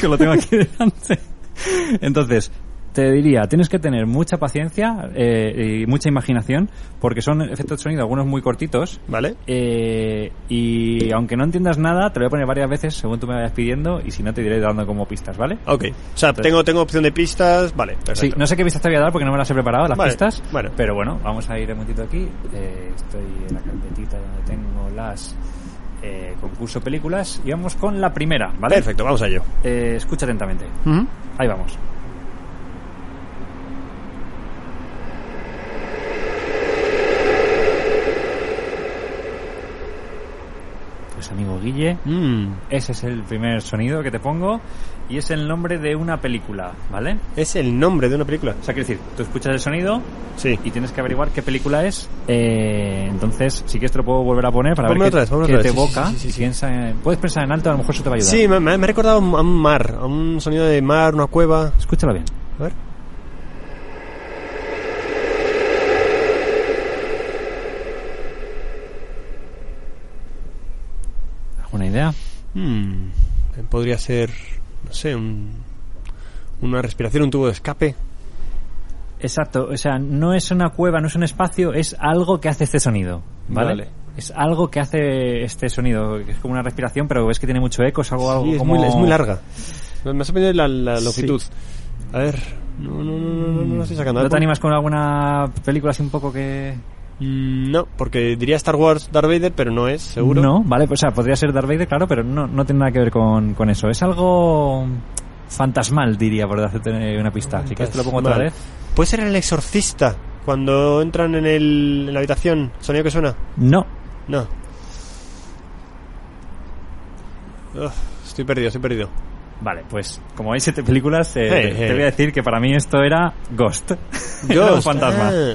que lo tengo aquí delante. Entonces, te diría, tienes que tener mucha paciencia eh, y mucha imaginación, porque son efectos de sonido, algunos muy cortitos. ¿Vale? eh, y aunque no entiendas nada, te lo voy a poner varias veces según tú me vayas pidiendo y si no te iré dando como pistas, ¿vale? Ok. O sea, tengo, tengo opción de pistas. Vale, Sí, perfecto. no sé qué pistas te voy a dar porque no me las he preparado, las Vale, pistas. bueno. Pero bueno, vamos a ir un momentito aquí. Eh, estoy en la carpetita donde tengo las eh, concurso películas y vamos con la primera, ¿vale? Perfecto, vamos a ello. Eh, escucha atentamente. Ahí vamos. Pues amigo Guille, Mm. ese es el primer sonido que te pongo y es el nombre de una película, ¿vale? ¿Es el nombre de una película? O sea, quiero decir, tú escuchas el sonido Sí. y tienes que averiguar qué película es. Eh, entonces, si quieres te lo puedo volver a poner para Ponme ver qué, otra vez, ponme qué otra te vez. Sí, evoca. sí, sí, sí, sí. Piensa en- puedes pensar en alto, a lo mejor eso te va a ayudar. Sí, me, me- me ha recordado a un- a un mar, a un sonido de mar, una cueva. Escúchala bien. A ver. ¿Alguna idea? Mm, Podría ser, no sé, un- una respiración, un tubo de escape. Exacto, o sea, no es una cueva, no es un espacio, es algo que hace este sonido, ¿vale? Vale. Es algo que hace este sonido, que es como una respiración, pero ves que tiene mucho eco, es algo, algo Sí, es, como... muy, es muy larga. Me ha sorprendido la, la Sí. longitud. A ver, no, no, no, no, no, no estoy sacando. A ¿No te ver, pon- animas con alguna película así un poco que...? Mm, No, porque diría Star Wars Darth Vader, pero no es, seguro. No, vale, pues, o sea, podría ser Darth Vader, claro, pero no, no tiene nada que ver con, con eso. Es algo fantasmal, diría, por hacerte una pista. Así que Pues te lo pongo otra Vale. vez. Puede ser el exorcista, cuando entran en, el, en la habitación, sonido que suena. No, No. Ugh, estoy perdido, estoy perdido. Vale, pues como hay siete películas, eh, Hey, te, hey. te voy a decir que para mí esto era Ghost. era un Ghost, fantasma. Ah,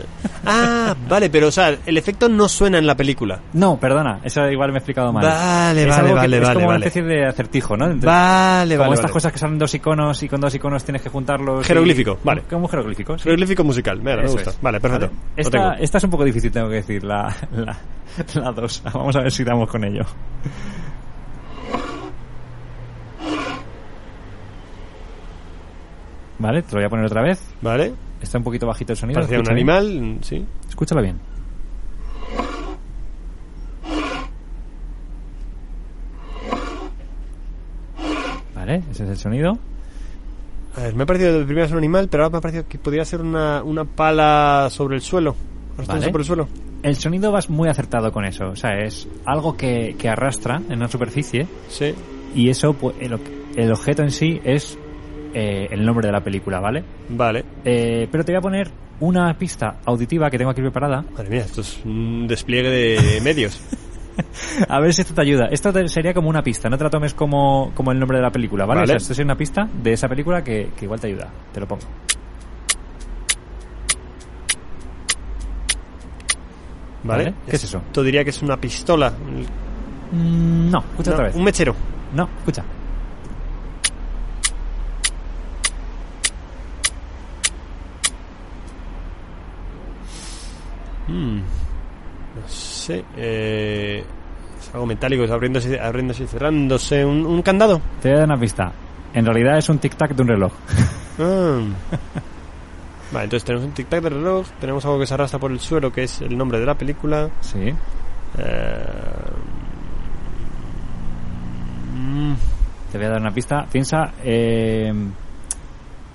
Ah, vale, pero o sea, el efecto no suena en la película. No, perdona, eso igual me he explicado mal. Vale, es vale, algo que- vale, es vale, como vale. una especie de acertijo, ¿no? Entonces, Vale, como vale. estas vale. cosas que salen dos iconos y con dos iconos tienes que juntarlos. y- Jeroglífico, vale. Como un jeroglífico. sí. Jeroglífico musical, mira, me Eso gusta. es. Vale, perfecto. Vale. Lo Esta, tengo. esta es un poco difícil, tengo que decir, la, la, la dos. Vamos a ver si damos con ello. Vale, te lo voy a poner otra vez. Vale, Está un poquito bajito el sonido. parecía un escucha bien. animal, sí. Escúchala bien. Vale, ese es el sonido. A ver, me ha parecido de primera un animal, pero ahora me ha parecido que podría ser una, una pala sobre el suelo. Ahora estamos Vale. sobre el suelo. El sonido vas muy acertado con eso. O sea, es algo que, que arrastra en una superficie Sí. y eso, pues, el, ob- el objeto en sí es eh, el nombre de la película, ¿vale? Vale. Eh, pero te voy a poner una pista auditiva que tengo aquí preparada. Madre mía, esto es un despliegue de medios. A ver si esto te ayuda. Esto te- sería como una pista, no te la tomes como, como el nombre de la película, ¿vale? Vale. O sea, esto es una pista de esa película que, que igual te ayuda. Te lo pongo. Vale. Vale. ¿Qué es eso? Esto diría que es una pistola. Mm, No, escucha No, otra vez. Un mechero. No, escucha. No sé. eh, es algo metálico, es abriéndose, abriéndose y cerrándose. Un, un candado. Te voy a dar una pista. En realidad es un tic-tac de un reloj. Ah. Vale, entonces tenemos un tic-tac de reloj, tenemos algo que se arrastra por el suelo, que es el nombre de la película. Sí. Eh, mm. Te voy a dar una pista. Piensa, eh,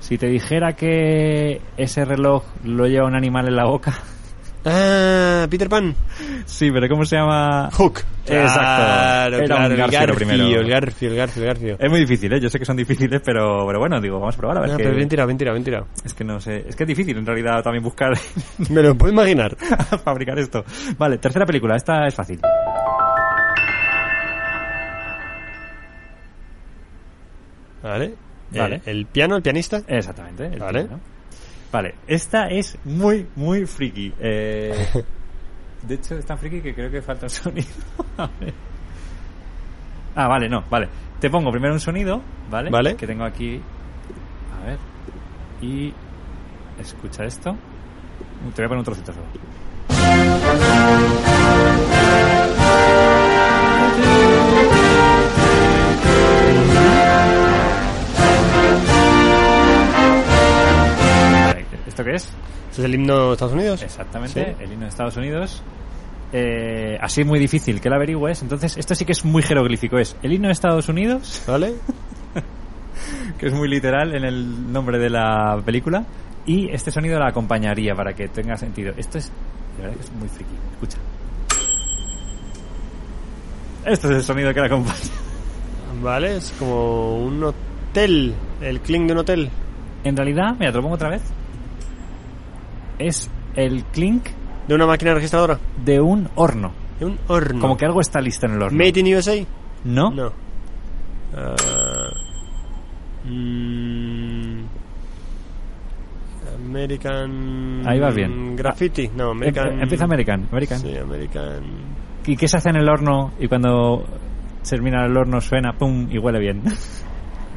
si te dijera que ese reloj lo lleva un animal en la boca. Ah, Peter Pan. Sí, pero ¿cómo se llama? Hook. Exacto. Era un el garfio garfio, primero. El garfio, el garfio, el garfio. Es muy difícil, ¿eh? Yo sé que son difíciles, pero, pero bueno, digo, vamos a probar a ver Ah, qué- pero bien tirado, bien tirado, bien tirado. Es que no sé, es que es difícil en realidad también buscar Me lo puedo imaginar. fabricar esto. Vale, tercera película, esta es fácil. Vale. Vale. Eh, el piano, el pianista. Exactamente. el Vale. primero. Vale, esta es muy, muy friki. Eh, de hecho, es tan friki que creo que falta un sonido. A ver. ah, vale, no, vale. Te pongo primero un sonido, ¿vale? Vale. Que tengo aquí. A ver. Y. Escucha esto. Te voy a poner un trocito solo. ¿Esto qué es? ¿Ese es el himno de Estados Unidos? Exactamente, Sí. el himno de Estados Unidos. Eh, así muy difícil que la averigües. Entonces, esto sí que es muy jeroglífico. Es el himno de Estados Unidos, ¿Vale? que es muy literal en el nombre de la película, y este sonido la acompañaría para que tenga sentido. Esto es, la verdad que es muy friki. Escucha. Este es el sonido que la acompaña. Vale, es como un hotel, el clink de un hotel. En realidad, mira, te lo pongo otra vez. Es el clink De una máquina registradora. de un horno. De un horno. Como que algo está listo en el horno. ¿Made in USA? ¿No? No. Ah, mm, American. Ahí vas bien. Graffiti. No, American. Em- Empieza American. American. Sí, American. ¿Y qué se hace en el horno? Y cuando termina el horno suena, pum, y huele bien.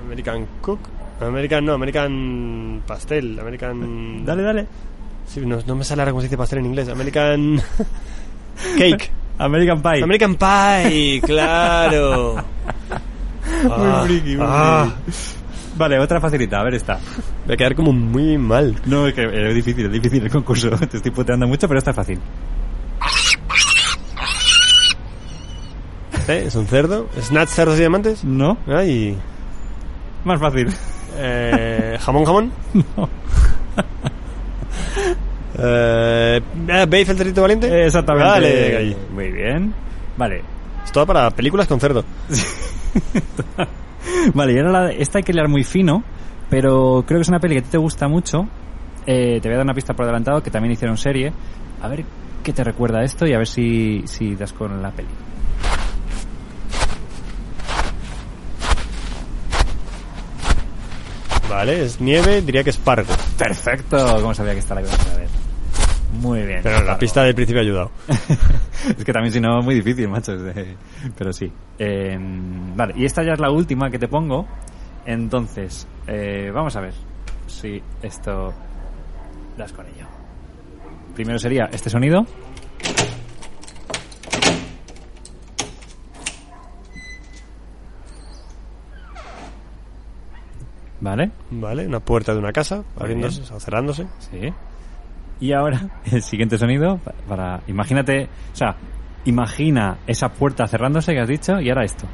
American Cook. American, no, American Pastel. American. dale, dale. Sí, no, no me sale ahora cómo se dice pastel en inglés. American. Cake. American Pie. American Pie, claro. Ah, friki, muy ah. Vale, otra facilita, a ver esta. Voy a quedar como muy mal. No, es que eh, es difícil, es difícil el concurso. Te estoy puteando mucho, pero esta es fácil. ¿Eh? ¿Es un cerdo? ¿Snatch, cerdos y diamantes? ¿No? Ay. Más fácil. Eh, ¿Jamón, jamón? No. Eh, ah, ¿Veis el cerdito valiente? Exactamente. Vale, ahí. Muy bien. Vale. Es todo para películas con cerdo. Vale, y ahora la- esta hay que leer muy fino, pero creo que es una peli que a ti te gusta mucho. Eh, te voy a dar una pista por adelantado, que también hicieron serie. A ver qué te recuerda esto y a ver si, si das con la peli. Vale, es nieve, diría que es pargo. Perfecto, como sabía que esta la ibas a ver. Muy bien. Pero la pista del principio ha ayudado. es que también si no es muy difícil, macho. es de- Pero sí. Eh, vale, y esta ya es la última que te pongo. Entonces, eh, vamos a ver si esto das con ello. Primero sería este sonido. Vale. Vale, una puerta de una casa, abriéndose bien. o cerrándose. Sí. Y ahora el siguiente sonido pa- para imagínate, o sea, imagina esa puerta cerrándose que has dicho y ahora esto.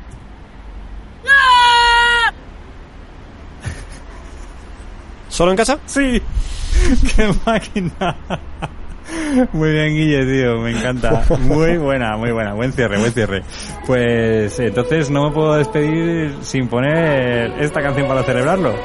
¿Solo en casa? Sí. Qué máquina. Muy bien, Guille, tío, me encanta. Muy buena, muy buena, buen cierre, buen cierre. Pues entonces no me puedo despedir sin poner esta canción para celebrarlo.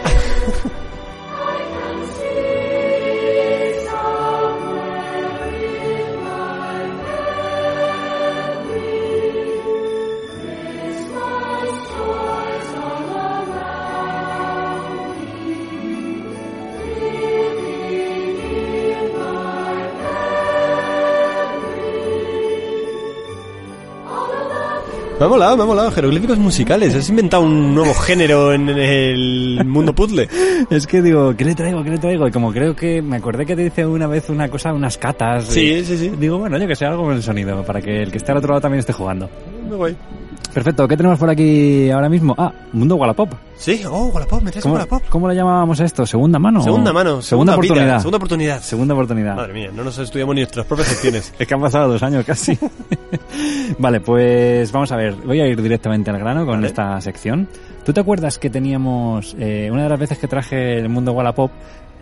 Me ha molado, me ha molado. Jeroglíficos musicales. Has inventado un nuevo género en el mundo puzzle. Es que digo, ¿qué le traigo? ¿Qué le traigo? Y como creo que me acordé que te dice una vez una cosa, unas catas. Sí, y- sí, sí. Digo, bueno, yo que sé, algo con el sonido, para que el que esté al otro lado también esté jugando. Muy guay. Perfecto, ¿qué tenemos por aquí ahora mismo? Ah, Mundo Wallapop. Sí, oh, Wallapop, me traes un ¿Cómo, Wallapop. ¿Cómo lo llamábamos esto? ¿Segunda mano? Segunda ¿O- mano, Segunda, vida, oportunidad. segunda oportunidad. Segunda oportunidad. Madre mía, no nos estudiamos ni nuestras propias secciones. Es que han pasado dos años casi. vale, pues vamos a ver. Voy a ir directamente al grano con Vale. esta sección. ¿Tú te acuerdas que teníamos, eh, una de las veces que traje el mundo Wallapop,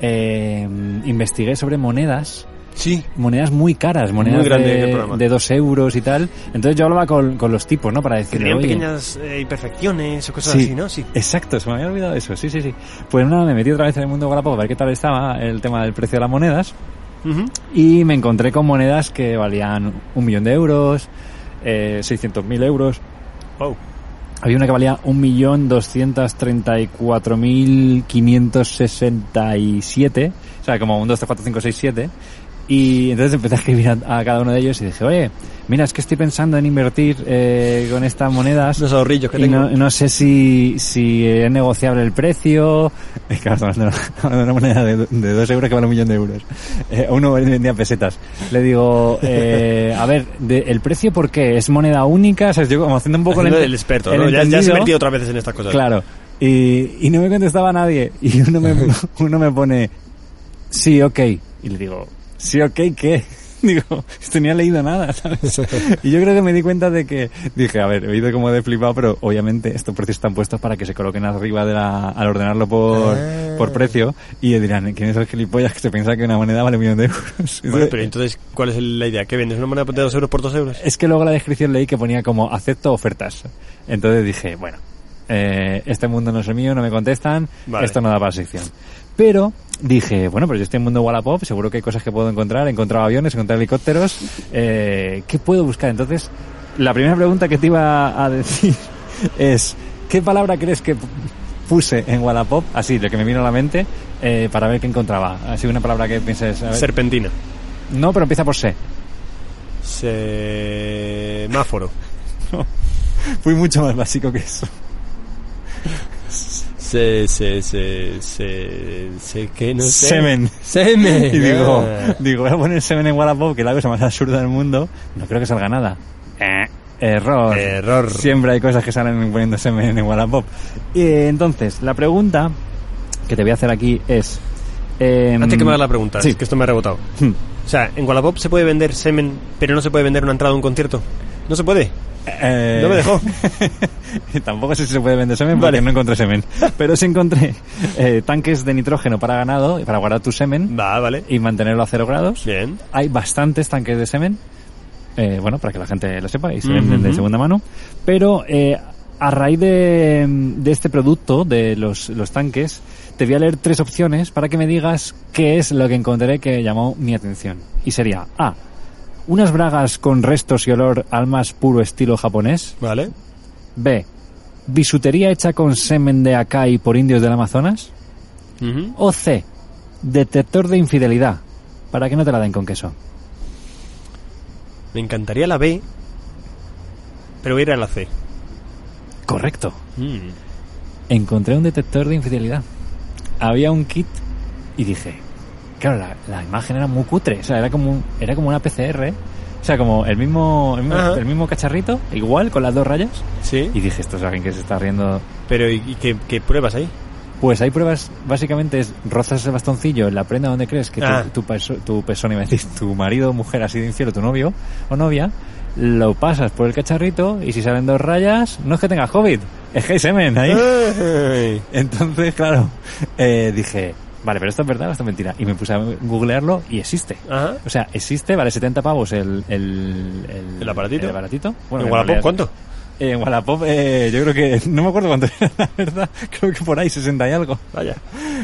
eh, investigué sobre monedas Sí. monedas muy caras, monedas Muy grande el de, programa. de dos euros y tal. Entonces yo hablaba con, con los tipos, ¿no? Para Que decir tenían pequeñas eh, imperfecciones o cosas Sí. así, ¿no? Sí. Exacto, se me había olvidado eso, sí, sí, sí. Pues nada, me metí otra vez en el mundo Wallapop a ver qué tal estaba el tema del precio de las monedas Ujú. y me encontré con monedas que valían un millón de euros, eh, 600.000 euros. Wow. Había una que valía 1.234.567, o sea, como 1, 2, 3, 4, 5, 6, 7. Y entonces empecé a escribir a, a cada uno de ellos y dije, oye, mira, es que estoy pensando en invertir eh, con estas monedas. Los ahorrillos que y tengo. no, no sé si, si es negociable el precio. Es que claro, estamos hablando de una moneda de, do- de dos euros que vale un millón de euros. Eh, uno vendía pesetas. Le digo, eh, a ver, de- ¿el precio por qué? ¿Es moneda única? O sea, yo como haciendo un poco Haciendo ente- el experto, el ¿no? Ya, ya has entendido. metido otras veces en estas cosas. Claro. Y, y no me contestaba nadie. Y uno me, uno me pone sí, ok. Y le digo, sí, ok, ¿qué? Digo, esto ni ha leído nada, ¿sabes? Y yo creo que me di cuenta de que dije, a ver, he ido como de flipado, pero obviamente estos precios están puestos para que se coloquen arriba de la, al ordenarlo por, Ah. Eh. por precio y dirán, ¿quién es el gilipollas que se piensa que una moneda vale un millón de euros? Bueno, pero entonces, ¿cuál es la idea? ¿Que vendes una moneda de 2 euros por 2 euros? Es que luego la descripción leí que ponía como acepto ofertas. Entonces dije, bueno, eh, este mundo no es el mío, no me contestan, Vale. esto no da para sección. Pero dije, bueno, pero yo estoy en mundo Wallapop, seguro que hay cosas que puedo encontrar. He encontrado aviones, he encontrado helicópteros. eh, ¿Qué puedo buscar? Entonces, la primera pregunta que te iba a decir es, ¿qué palabra crees que p- puse en Wallapop, así, de que me vino a la mente, eh, para ver qué encontraba? Así una palabra que pienses... a ver- Serpentina. No, pero empieza por C. Eh, Semáforo. Fui mucho más básico que eso. Se, se, se, se, se, que no sé. Semen. Semen. Y digo, Ah. digo, voy a poner semen en Wallapop, que es la cosa más absurda del mundo. No creo que salga nada. Eh, Error. Error. Siempre hay cosas que salen poniendo semen en Wallapop. Y eh, entonces, la pregunta que te voy a hacer aquí es... eh, Antes que me hagas la pregunta, Sí. es que esto me ha rebotado. Hmm. O sea, en Wallapop se puede vender semen, pero no se puede vender una entrada a un concierto. No se puede. Eh, No me dejó. Tampoco sé si se puede vender semen porque Vale. no encontré semen. Pero sí encontré eh, tanques de nitrógeno para ganado y para guardar tu semen Va, vale. y mantenerlo a cero grados. Bien. Hay bastantes tanques de semen, eh, bueno, para que la gente lo sepa y se Ujú, venden de ujú. segunda mano, pero eh, a raíz de, de este producto, de los, los tanques, te voy a leer tres opciones para que me digas qué es lo que encontré que llamó mi atención. Y sería A. Unas bragas con restos y olor al más puro estilo japonés. Vale. B. Bisutería hecha con semen de acai por indios del Amazonas. Ujú. O C. Detector de infidelidad. Para que no te la den con queso. Me encantaría la B, pero voy a ir a la C. Correcto. Mm. encontré un detector de infidelidad. Había un kit y dije, claro, la, la imagen era muy cutre, o sea, era como, un- era como una PCR, ¿eh? o sea, como el mismo, el mismo, Ajá. el mismo cacharrito, igual, con las dos rayas. Sí. Y dije, esto es alguien que se está riendo. Pero, ¿y, y qué, qué pruebas ahí? Pues hay pruebas, básicamente es rozas el bastoncillo en la prenda donde crees que tu- Ah. tu, peso- tu persona, iba a decir, tu marido o mujer ha sido infiel, o tu novio o novia, lo pasas por el cacharrito y si salen dos rayas, no es que tengas COVID, es que hay semen ¿Eh? ahí. Ah. Ay. Entonces, claro, eh, dije, vale, pero esto es verdad o esto es mentira. Y me puse a googlearlo y existe. Ajá. O sea, existe, vale 70 pavos el... ¿El, el, ¿El aparatito? el aparatito. ¿En Wallapop realidad- cuánto? Eh, en Wallapop, eh, yo creo que... No me acuerdo cuánto era, la verdad. Creo que por ahí, 60 y algo. Vaya.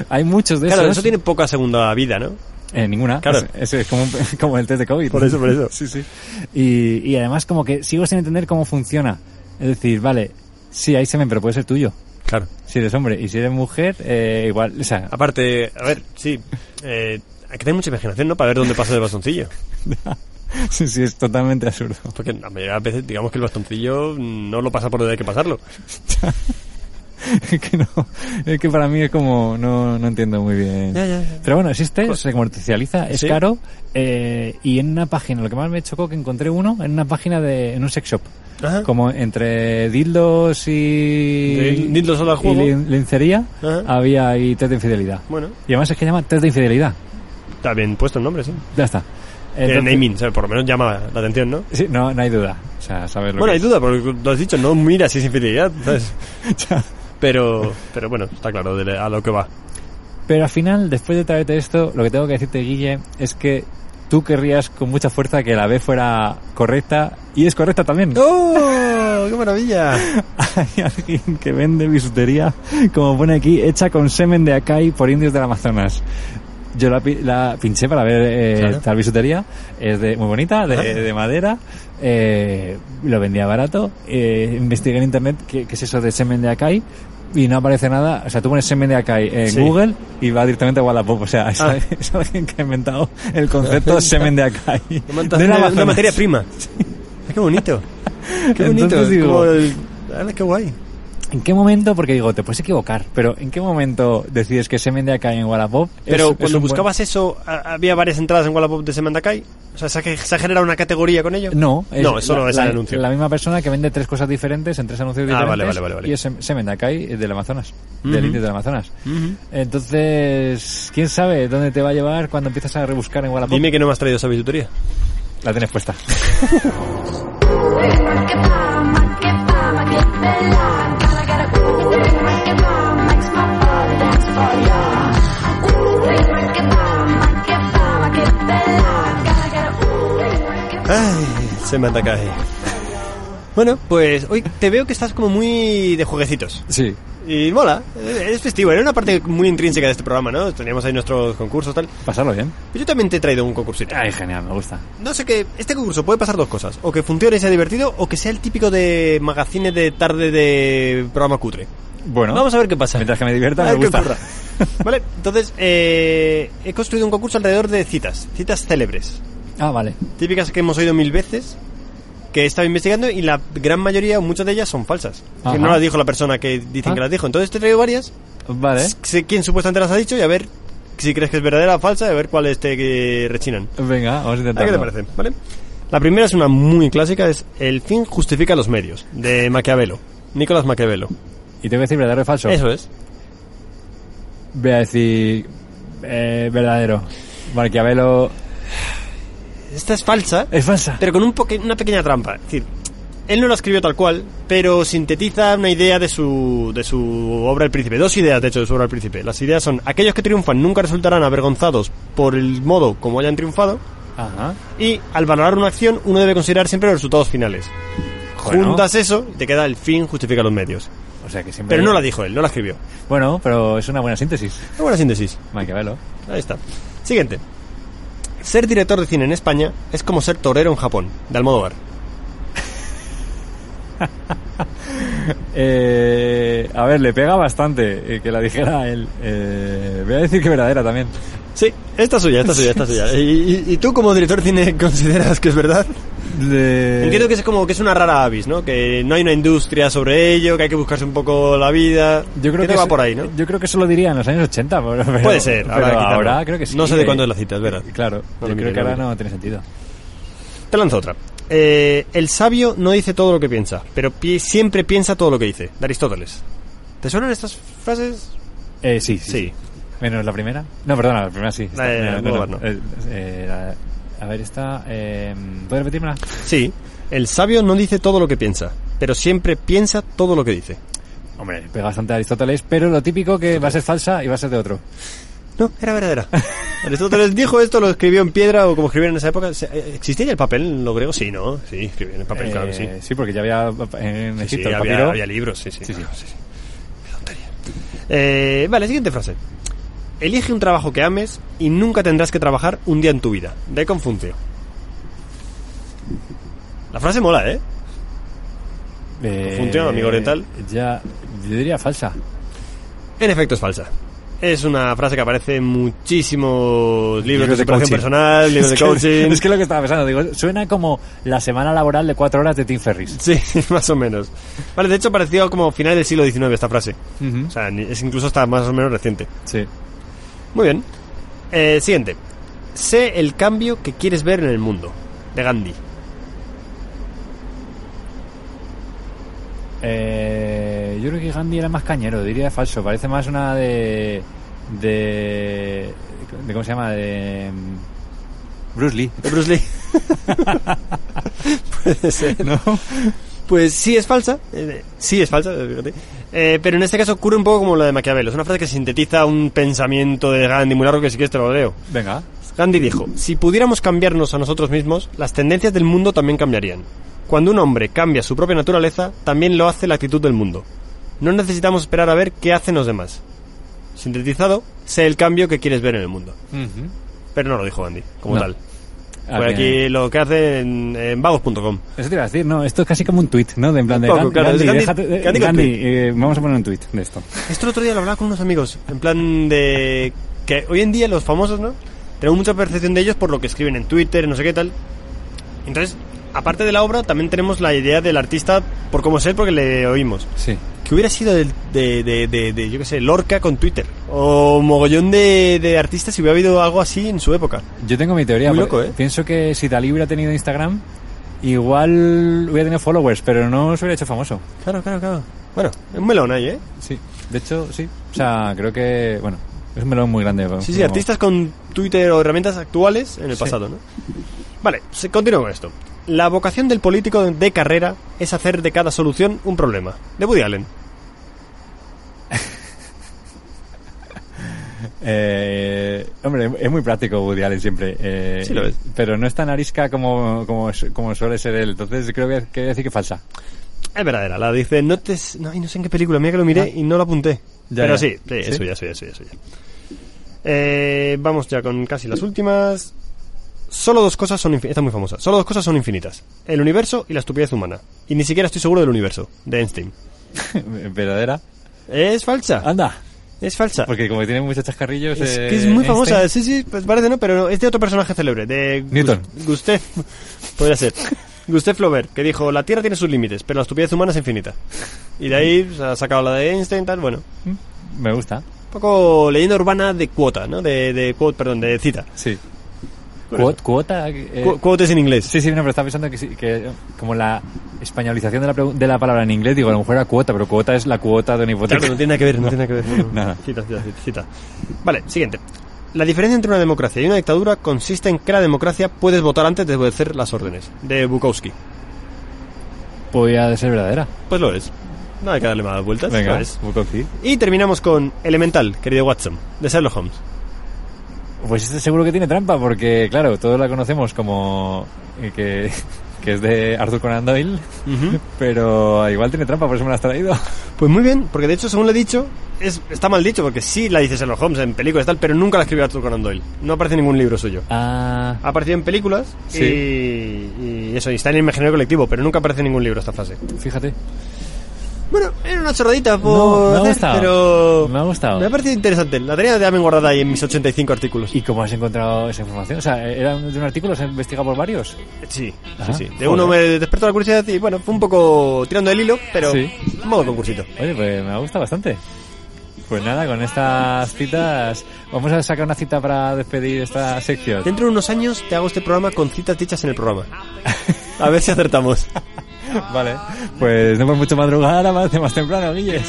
Hay muchos de Claro, esos. eso tiene poca segunda vida, ¿no? Eh, ninguna. Claro. Es, es- es como, un- como el test de COVID. Por eso, por eso. Sí, sí. Y, y además como que sigo sin entender cómo funciona. Es decir, vale, sí, hay semen, pero puede ser tuyo. Claro. Si eres hombre y si eres mujer, eh, igual, o sea, Aparte, a ver, sí. Eh, hay que tener mucha imaginación, ¿no? Para ver dónde pasa el bastoncillo. Sí, sí, es totalmente absurdo. Porque la mayoría de las veces, digamos que el bastoncillo no lo pasa por donde hay que pasarlo. Es que no, es que para mí es como, no, no entiendo muy bien. Ya, ya, ya. Pero bueno, existe, se comercializa, es Sí. caro, eh, y en una página, lo que más me chocó que encontré uno, en una página de, en un sex shop. Ajá. Como entre dildos y... Dil- dildos solo al y juego. Ah. lin- lincería, Ajá. había ahí test de infidelidad. Bueno, Y además es que llama test de infidelidad. está bien puesto el nombre, sí. Ya está. El Entonces- naming, o sea, por lo menos llama la atención, ¿no? Sí, no, no hay duda. O sea, sabes lo Bueno, que hay es. duda, porque lo has dicho, no mira si es infidelidad, ¿sabes? Pero, pero bueno, está claro de a lo que va. Pero al final, después de traerte esto, lo que tengo que decirte, Guille, es que tú querrías con mucha fuerza que la B fuera correcta y es correcta también. ¡Oh! ¡Qué maravilla! Hay alguien que vende bisutería, como pone aquí, hecha con semen de acai por indios del Amazonas. Yo la, pi- la pinché para ver eh, Claro. tal bisutería, es de, muy bonita, de, de madera, eh, lo vendía barato, eh, investigué en internet qué, qué es eso de semen de acai y no aparece nada, o sea, tú pones semen de acai en Sí. Google y va directamente a Wallapop, o sea, es, Ah. es alguien que ha inventado el concepto semen de acai. Una, del una, Amazonas. materia prima. ¡Qué bonito! ¡Qué bonito! Entonces es digo- como el- ah, ¡Qué guay! ¿En qué momento? Porque digo, te puedes equivocar, pero ¿en qué momento decides que Semen de Acai en Wallapop? es- Pero es cuando un buen- buscabas eso, ¿ha- ¿había varias entradas en Wallapop de Semandacay? O sea, ¿se ha, se ha generado una categoría con ello? No, No, es solo la, es el la- anuncio. La misma persona que vende tres cosas diferentes en tres anuncios Ah, diferentes. vale, vale, vale, vale. Y es Sem- Semen de Acai eh, del Amazonas, Ujú. del indio del Amazonas. Entonces, quién sabe dónde te va a llevar cuando empiezas a rebuscar en Wallapop. Dime que no me has traído esa bisutería. La tienes puesta. Ay, Semandacay. Bueno, pues hoy te veo que estás como muy de jueguecitos. Sí. Y mola, eh, es festivo, era una parte muy intrínseca de este programa, ¿no? Teníamos ahí nuestros concursos tal. Pasarlo bien. Pero yo también te he traído un concursito. Ay, genial, me gusta. No sé qué, este concurso puede pasar dos cosas, o que funcione y sea divertido, o que sea el típico de magazine de tarde de programa cutre. Bueno. Vamos a ver qué pasa. Mientras que me divierta, A me ver qué gusta. ocurra. Vale, entonces eh, he construido un concurso alrededor de citas, citas célebres, Ah, vale. típicas que hemos oído mil veces, que he estado investigando y la gran mayoría o muchas de ellas son falsas. Ajá. Que no las dijo la persona que dicen Ah. ¿Eh? que las dijo. Entonces te he traído varias Vale. sé quién supuestamente las ha dicho y a ver si crees que es verdadera o falsa y a ver cuáles te eh, rechinan. Venga, vamos a ¿A intentarlo. qué te parece? ¿Vale? La primera es una muy clásica, es El fin justifica los medios, de Maquiavelo. Nicolás Maquiavelo. Y te voy a decir verdadero o falso. Eso es. Voy a decir eh, verdadero. Maquiavelo Esta es falsa, es falsa. pero con un poque- una pequeña trampa. Es decir, él no la escribió tal cual, pero sintetiza una idea de su, de su obra El Príncipe. Dos ideas, de hecho, de su obra El Príncipe. Las ideas son, aquellos que triunfan nunca resultarán avergonzados por el modo como hayan triunfado, Ajá. Y al valorar una acción, uno debe considerar siempre los resultados finales. Bueno. Juntas eso y te queda el fin justifica los medios. O sea que siempre. Pero no la dijo él, no la escribió. Bueno, pero es una buena síntesis. Una buena síntesis. Maquiavelo. Ahí está. Siguiente. Ser director de cine en España es como ser torero en Japón, de Almodóvar. Eh, a ver, le pega bastante eh, que la dijera él. Eh, voy a decir que verdadera también. Sí, esta es suya, esta es suya, esta es suya. ¿Y, y- y tú como director de cine consideras que es verdad? Eh, De- Entiendo que es como que es una rara avis, ¿no? Que no hay una industria sobre ello, que hay que buscarse un poco la vida. Yo creo que va eso- por ahí, ¿no? Yo creo que eso lo diría en los años 80. pero- pero- Puede ser, pero ahora Ahora, quizá no. creo que sí. No sé de eh, cuándo es la cita, es verdad. Claro, No lo yo miré, creo que no lo ahora miré. no tiene sentido. Te lanzo otra. Eh, el sabio no dice todo lo que piensa, pero pi- siempre piensa todo lo que dice. De Aristóteles. ¿Te suenan estas frases? Eh, sí, sí, sí. Menos la primera. No, perdona, la primera sí. Está- Eh, no, Almodóvar no, no. eh, eh, la- a ver, esta. Eh, ¿Puedes repetírmela? Sí. El sabio no dice todo lo que piensa, pero siempre piensa todo lo que dice. Hombre, pega bastante a Aristóteles, pero lo típico que va a ser falsa y va a ser de otro. No, era verdadera. Aristóteles dijo esto, lo escribió en piedra o como escribieron en esa época. Se- eh, ¿Existía ya el papel en lo griego? Sí, ¿no? Sí, escribían en papel, claro que sí. Eh, Sí, porque ya había en Sí, Egipto el sí, había, papiro. había libros, sí, sí. Sí, sí. Ah, sí, sí. Qué tontería. Eh, vale, siguiente frase. Elige un trabajo que ames y nunca tendrás que trabajar un día en tu vida. De Confuncio. La frase mola, ¿eh? Eh, Confunción, amigo oriental. Ya, yo diría falsa. En efecto es falsa. Es una frase que aparece en muchísimos libros de Libros de superación coaching. personal, libros de es, que, coaching. es que lo que estaba pensando, digo, suena como la semana laboral de cuatro horas de Tim Ferris. Sí, más o menos. Vale, de hecho apareció como final del siglo XIX esta frase. O sea, ni- es incluso hasta más o menos reciente. Sí. Muy bien. Eh, siguiente. Sé el cambio que quieres ver en el mundo. De Gandhi. Eh, yo creo que Gandhi era más cañero, diría falso. Parece más una de. de. de ¿Cómo se llama? De. mm, Bruce Lee. De Bruce Lee. Puede ser. ¿No? Pues sí es falsa. eh, sí es falsa, eh, fíjate. Eh, pero en este caso ocurre un poco como la de Maquiavelo. Es una frase que sintetiza un pensamiento de Gandhi muy largo que si quieres te lo leo. Venga. Gandhi dijo, si pudiéramos cambiarnos a nosotros mismos, las tendencias del mundo también cambiarían. Cuando un hombre cambia su propia naturaleza, también lo hace la actitud del mundo. No necesitamos esperar a ver qué hacen los demás. Sintetizado, sé el cambio que quieres ver en el mundo. Pero no lo dijo Gandhi, como No. tal. Ah, Por que- aquí lo que hace en, en vagos.com. Eso te iba a decir, no, esto es casi como un tuit, ¿no? De en plan de Un poco, Gandhi, claro, es Gandhi, Gandhi- déjate- eh, Gandhi con Gandhi, tuit. eh, vamos a poner un tuit de esto. Esto el otro día lo hablaba con unos amigos, en plan de que hoy en día los famosos, ¿no? Tenemos mucha percepción de ellos por lo que escriben en Twitter, no sé qué tal. Entonces, aparte de la obra, también tenemos la idea del artista por cómo ser, porque le oímos. Sí. Que que hubiera sido del- de, de, de- de, yo qué sé, Lorca con Twitter. O mogollón de, de artistas si hubiera habido algo así en su época. Yo tengo mi teoría. Muy porque loco, ¿eh? Pienso que si Dalí hubiera tenido Instagram, igual hubiera tenido followers, pero no se hubiera hecho famoso. Claro, claro, claro. Bueno, es un melón ahí, ¿eh? Sí. De hecho, sí. O sea, creo que, bueno, es un melón muy grande. Sí, sí, como- artistas con Twitter o herramientas actuales en el Sí. pasado, ¿no? Vale, se- continúo con esto. La vocación del político de carrera es hacer de cada solución un problema. De Woody Allen. Eh, hombre, es muy práctico Woody Allen siempre. eh, Sí lo es. Pero no es tan arisca como, como, su- como suele ser él. Entonces creo que, que decir que falsa. Es verdadera, la dice, no te... s- No, ay, no sé en qué película, mira que lo miré y no lo apunté. Ah. Ya, Pero ya. Sí, sí, ¿Sí? eso ya, eso ya, eso ya. eso ya. Eh, vamos ya con casi las últimas. Solo dos cosas son infinitas. Esta es muy famosa. Solo dos cosas son infinitas. El universo y la estupidez humana. Y ni siquiera estoy seguro del universo, de Einstein. Verdadera. Es falsa. Anda. Es falsa. Porque como tiene muchos chascarrillos. Es eh, que es muy famosa, Einstein. sí, sí, pues parece no, pero no, es de otro personaje célebre, de Gus- Newton. Gustav, podría ser. Gustav Flaubert, que dijo, la Tierra tiene sus límites, pero la estupidez humana es infinita. Y de ahí se ha sacado la de Einstein, tal, bueno. Me gusta. Un poco leyenda urbana de cuota, ¿no? De, de quote, perdón, de cita. Sí. Con Cuot- Cuota. eh, Cu- quote es en inglés. Sí, sí, no, pero estaba pensando que, sí- que como la españolización de la, pregu- de la palabra en inglés, digo, a lo mejor era cuota, pero cuota es la cuota de una hipoteca. Claro, no tiene nada que ver, no, tiene nada que ver. no, no. Nada. Cita, cita, cita, cita. Vale, siguiente. La diferencia entre una democracia y una dictadura consiste en que la democracia puedes votar antes de obedecer las órdenes, de Bukowski. Podría ser verdadera. Pues lo es. No hay que darle más vueltas. lo Venga, es. Bukowski. Y terminamos con Elemental, querido Watson, de Sherlock Holmes. Pues este seguro que tiene trampa, porque claro, todos la conocemos como eh, que, que es de Arthur Conan Doyle, pero igual tiene trampa, por eso me la has traído. Pues muy bien, porque de hecho, según lo he dicho, es, está mal dicho, porque sí la dice Sherlock Holmes en películas y tal, pero nunca la escribió Arthur Conan Doyle. No aparece en ningún libro suyo. Ah, Ha aparecido en películas Sí. y, y eso, y está en el imaginario colectivo, pero nunca aparece en ningún libro esta frase. fíjate. Bueno, era una chorradita por No, me ha hacer, gustado. pero... Me ha gustado. Me ha parecido interesante. La tenía también guardada ahí en mis 85 artículos. ¿Y cómo has encontrado esa información? O sea, ¿era de un artículo? ¿Se ha investigado por varios? Sí, Ajá. sí, sí. De uno me despertó la curiosidad y bueno, fue un poco tirando el hilo, pero Sí. modo concursito. Oye, pues me ha gustado bastante. Pues nada, con estas citas vamos a sacar una cita para despedir esta sección. Dentro de unos años te hago este programa con citas dichas en el programa. A ver si acertamos. Vale, pues no por mucho madrugar, avance más temprano, Guille.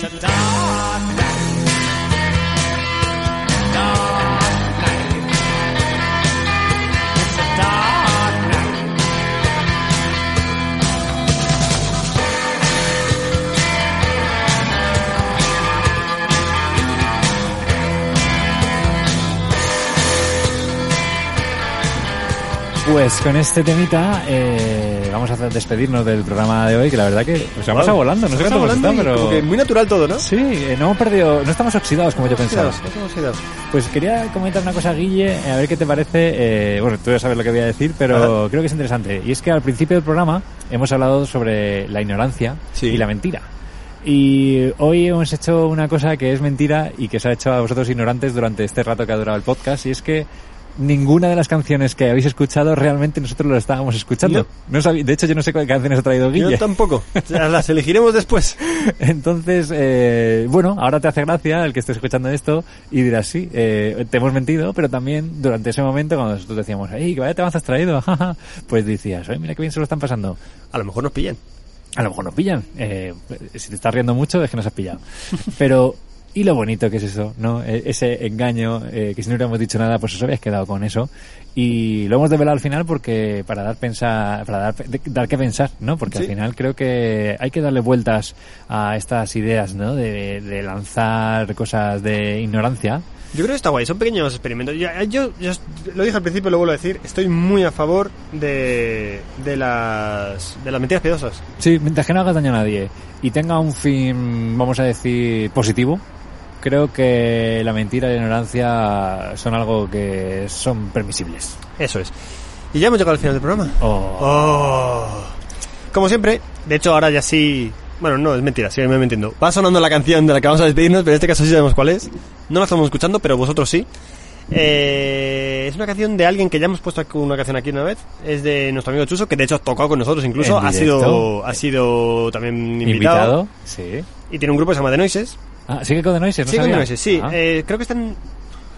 Pues con este temita eh, vamos a hacer- despedirnos del programa de hoy, que la verdad que se ha pasado volando, no sé Se cuánto pasa hemos estado, volando y pero... como que muy natural todo, ¿no? Sí, eh, no hemos perdido, no estamos oxidados como yo pensaba. Cuidaos, nos hemos cuidado. Pues quería comentar una cosa, Guille, a ver qué te parece. eh, bueno, tú ya sabes lo que voy a decir, pero creo que es interesante. Y es que al principio del programa hemos hablado sobre la ignorancia Sí. y la mentira. Y hoy hemos hecho una cosa que es mentira y que se ha hecho a vosotros ignorantes durante este rato que ha durado el podcast, y es que ninguna de las canciones que habéis escuchado realmente nosotros lo estábamos escuchando. No. No sabí- de hecho, yo no sé qué canciones ha traído Guille. Yo tampoco. Ya Las elegiremos después. Entonces, eh, bueno, ahora te hace gracia el que estés escuchando esto y dirás, sí, eh, te hemos mentido, pero también durante ese momento cuando nosotros decíamos, ¡Ey, que vaya te has traído! jaja", pues decías, ¡Ay, mira qué bien se lo están pasando! A lo mejor nos pillan. A lo mejor nos pillan. eh, si te estás riendo mucho es que nos has pillado. Pero, ¿y lo bonito que es eso? no E- Ese engaño, eh, que si no hubiéramos dicho nada, pues os habíais quedado con eso. Y lo hemos develado al final porque para dar pensar, para dar, de- dar que pensar, ¿no? Porque al Sí. final creo que hay que darle vueltas a estas ideas, ¿no? De, de lanzar cosas de ignorancia. Yo creo que está guay, son pequeños experimentos. Yo, yo- yo lo dije al principio, lo vuelvo a decir, estoy muy a favor de, de, las, de las mentiras piadosas. Sí, mientras que no hagas daño a nadie y tenga un fin, vamos a decir, positivo, creo que la mentira y la ignorancia son algo que son permisibles. Eso es. Y ya hemos llegado al final del programa. O- Oh. Como siempre, de hecho ahora ya sí... Bueno, no, es mentira, sí, me entiendo. Va sonando la canción de la que vamos a despedirnos, pero en este caso sí sabemos cuál es. No la estamos escuchando, pero vosotros sí. Eh, es una canción de alguien que ya hemos puesto aquí- una canción aquí una vez. Es de nuestro amigo Chuso, que de hecho ha tocado con nosotros incluso. En Ha directo. sido, ha sido también invitado. Sí. Y tiene un grupo que se llama The Noises. Ah, ¿Sigue con The Noises? No sí, con sabía. The Noises, sí. Ah. Eh, creo que están...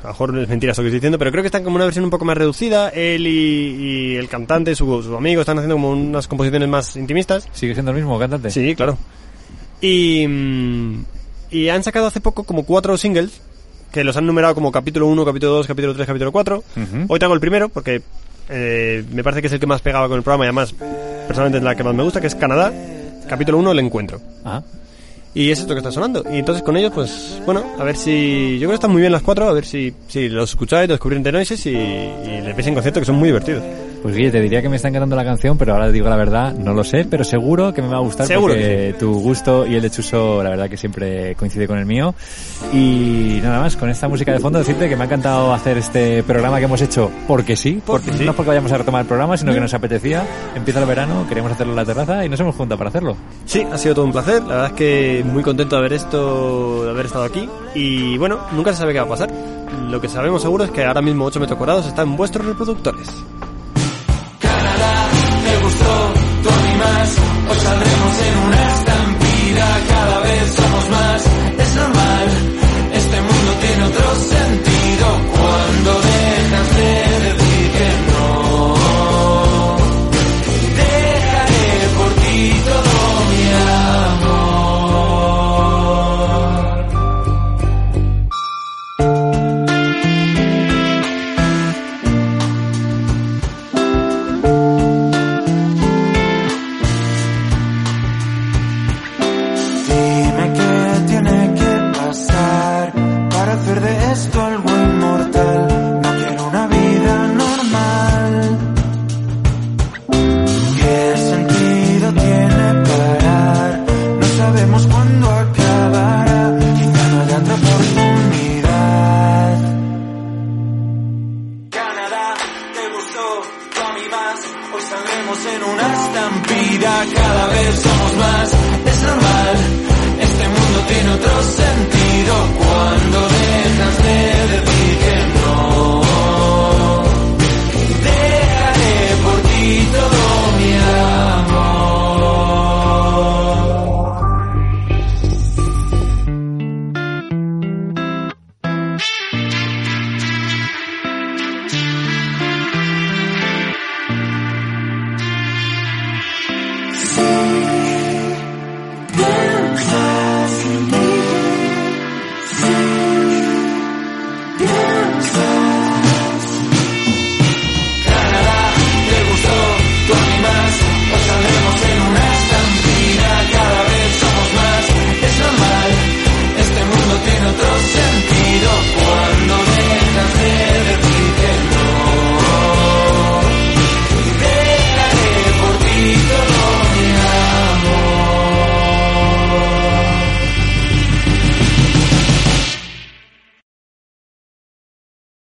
A lo mejor es mentira eso que estoy diciendo, pero creo que están como una versión un poco más reducida. Él y, y el cantante, su, su amigo, están haciendo como unas composiciones más intimistas. ¿Sigue siendo el mismo cantante? Sí, claro. Y, mm, y han sacado hace poco como cuatro singles, que los han numerado como capítulo 1, capítulo 2, capítulo 3, capítulo 4. Ujú. Hoy tengo el primero, porque eh, me parece que es el que más pegaba con el programa y además, personalmente es la que más me gusta, que es Canadá. Capítulo 1, el encuentro. Ah, Y es esto que está sonando. Y entonces con ellos, pues, bueno, a ver si... Yo creo que están muy bien las cuatro, a ver si, si los escucháis, los descubren de Noises y, y les veis en concierto, que son muy divertidos. pues Guille, te diría que me está encantando la canción, pero ahora digo la verdad, no lo sé, pero seguro que me va a gustar Seguro porque tu gusto y el de Chuso, la verdad que siempre coincide con el mío. Y nada más, con esta música de fondo decirte que me ha encantado hacer este programa que hemos hecho porque sí, porque Porque sí. no es porque vayamos a retomar el programa, sino que nos apetecía. Empieza el verano, queríamos hacerlo en la terraza y nos hemos juntado para hacerlo. Sí, ha sido todo un placer. La verdad es que muy contento de haber esto, de haber estado aquí. Y bueno, nunca se sabe qué va a pasar. Lo que sabemos seguro es que ahora mismo 8 metros cuadrados están en vuestros reproductores. Dime qué tiene que pasar para hacer de esto algo inmortal. No quiero una vida normal. ¿Qué sentido tiene parar? No sabemos cuándo acabará. Quizá no haya otra oportunidad. Canadá, te gustó, tú a mí más. Hoy saldremos en una estampida, cada vez somos más.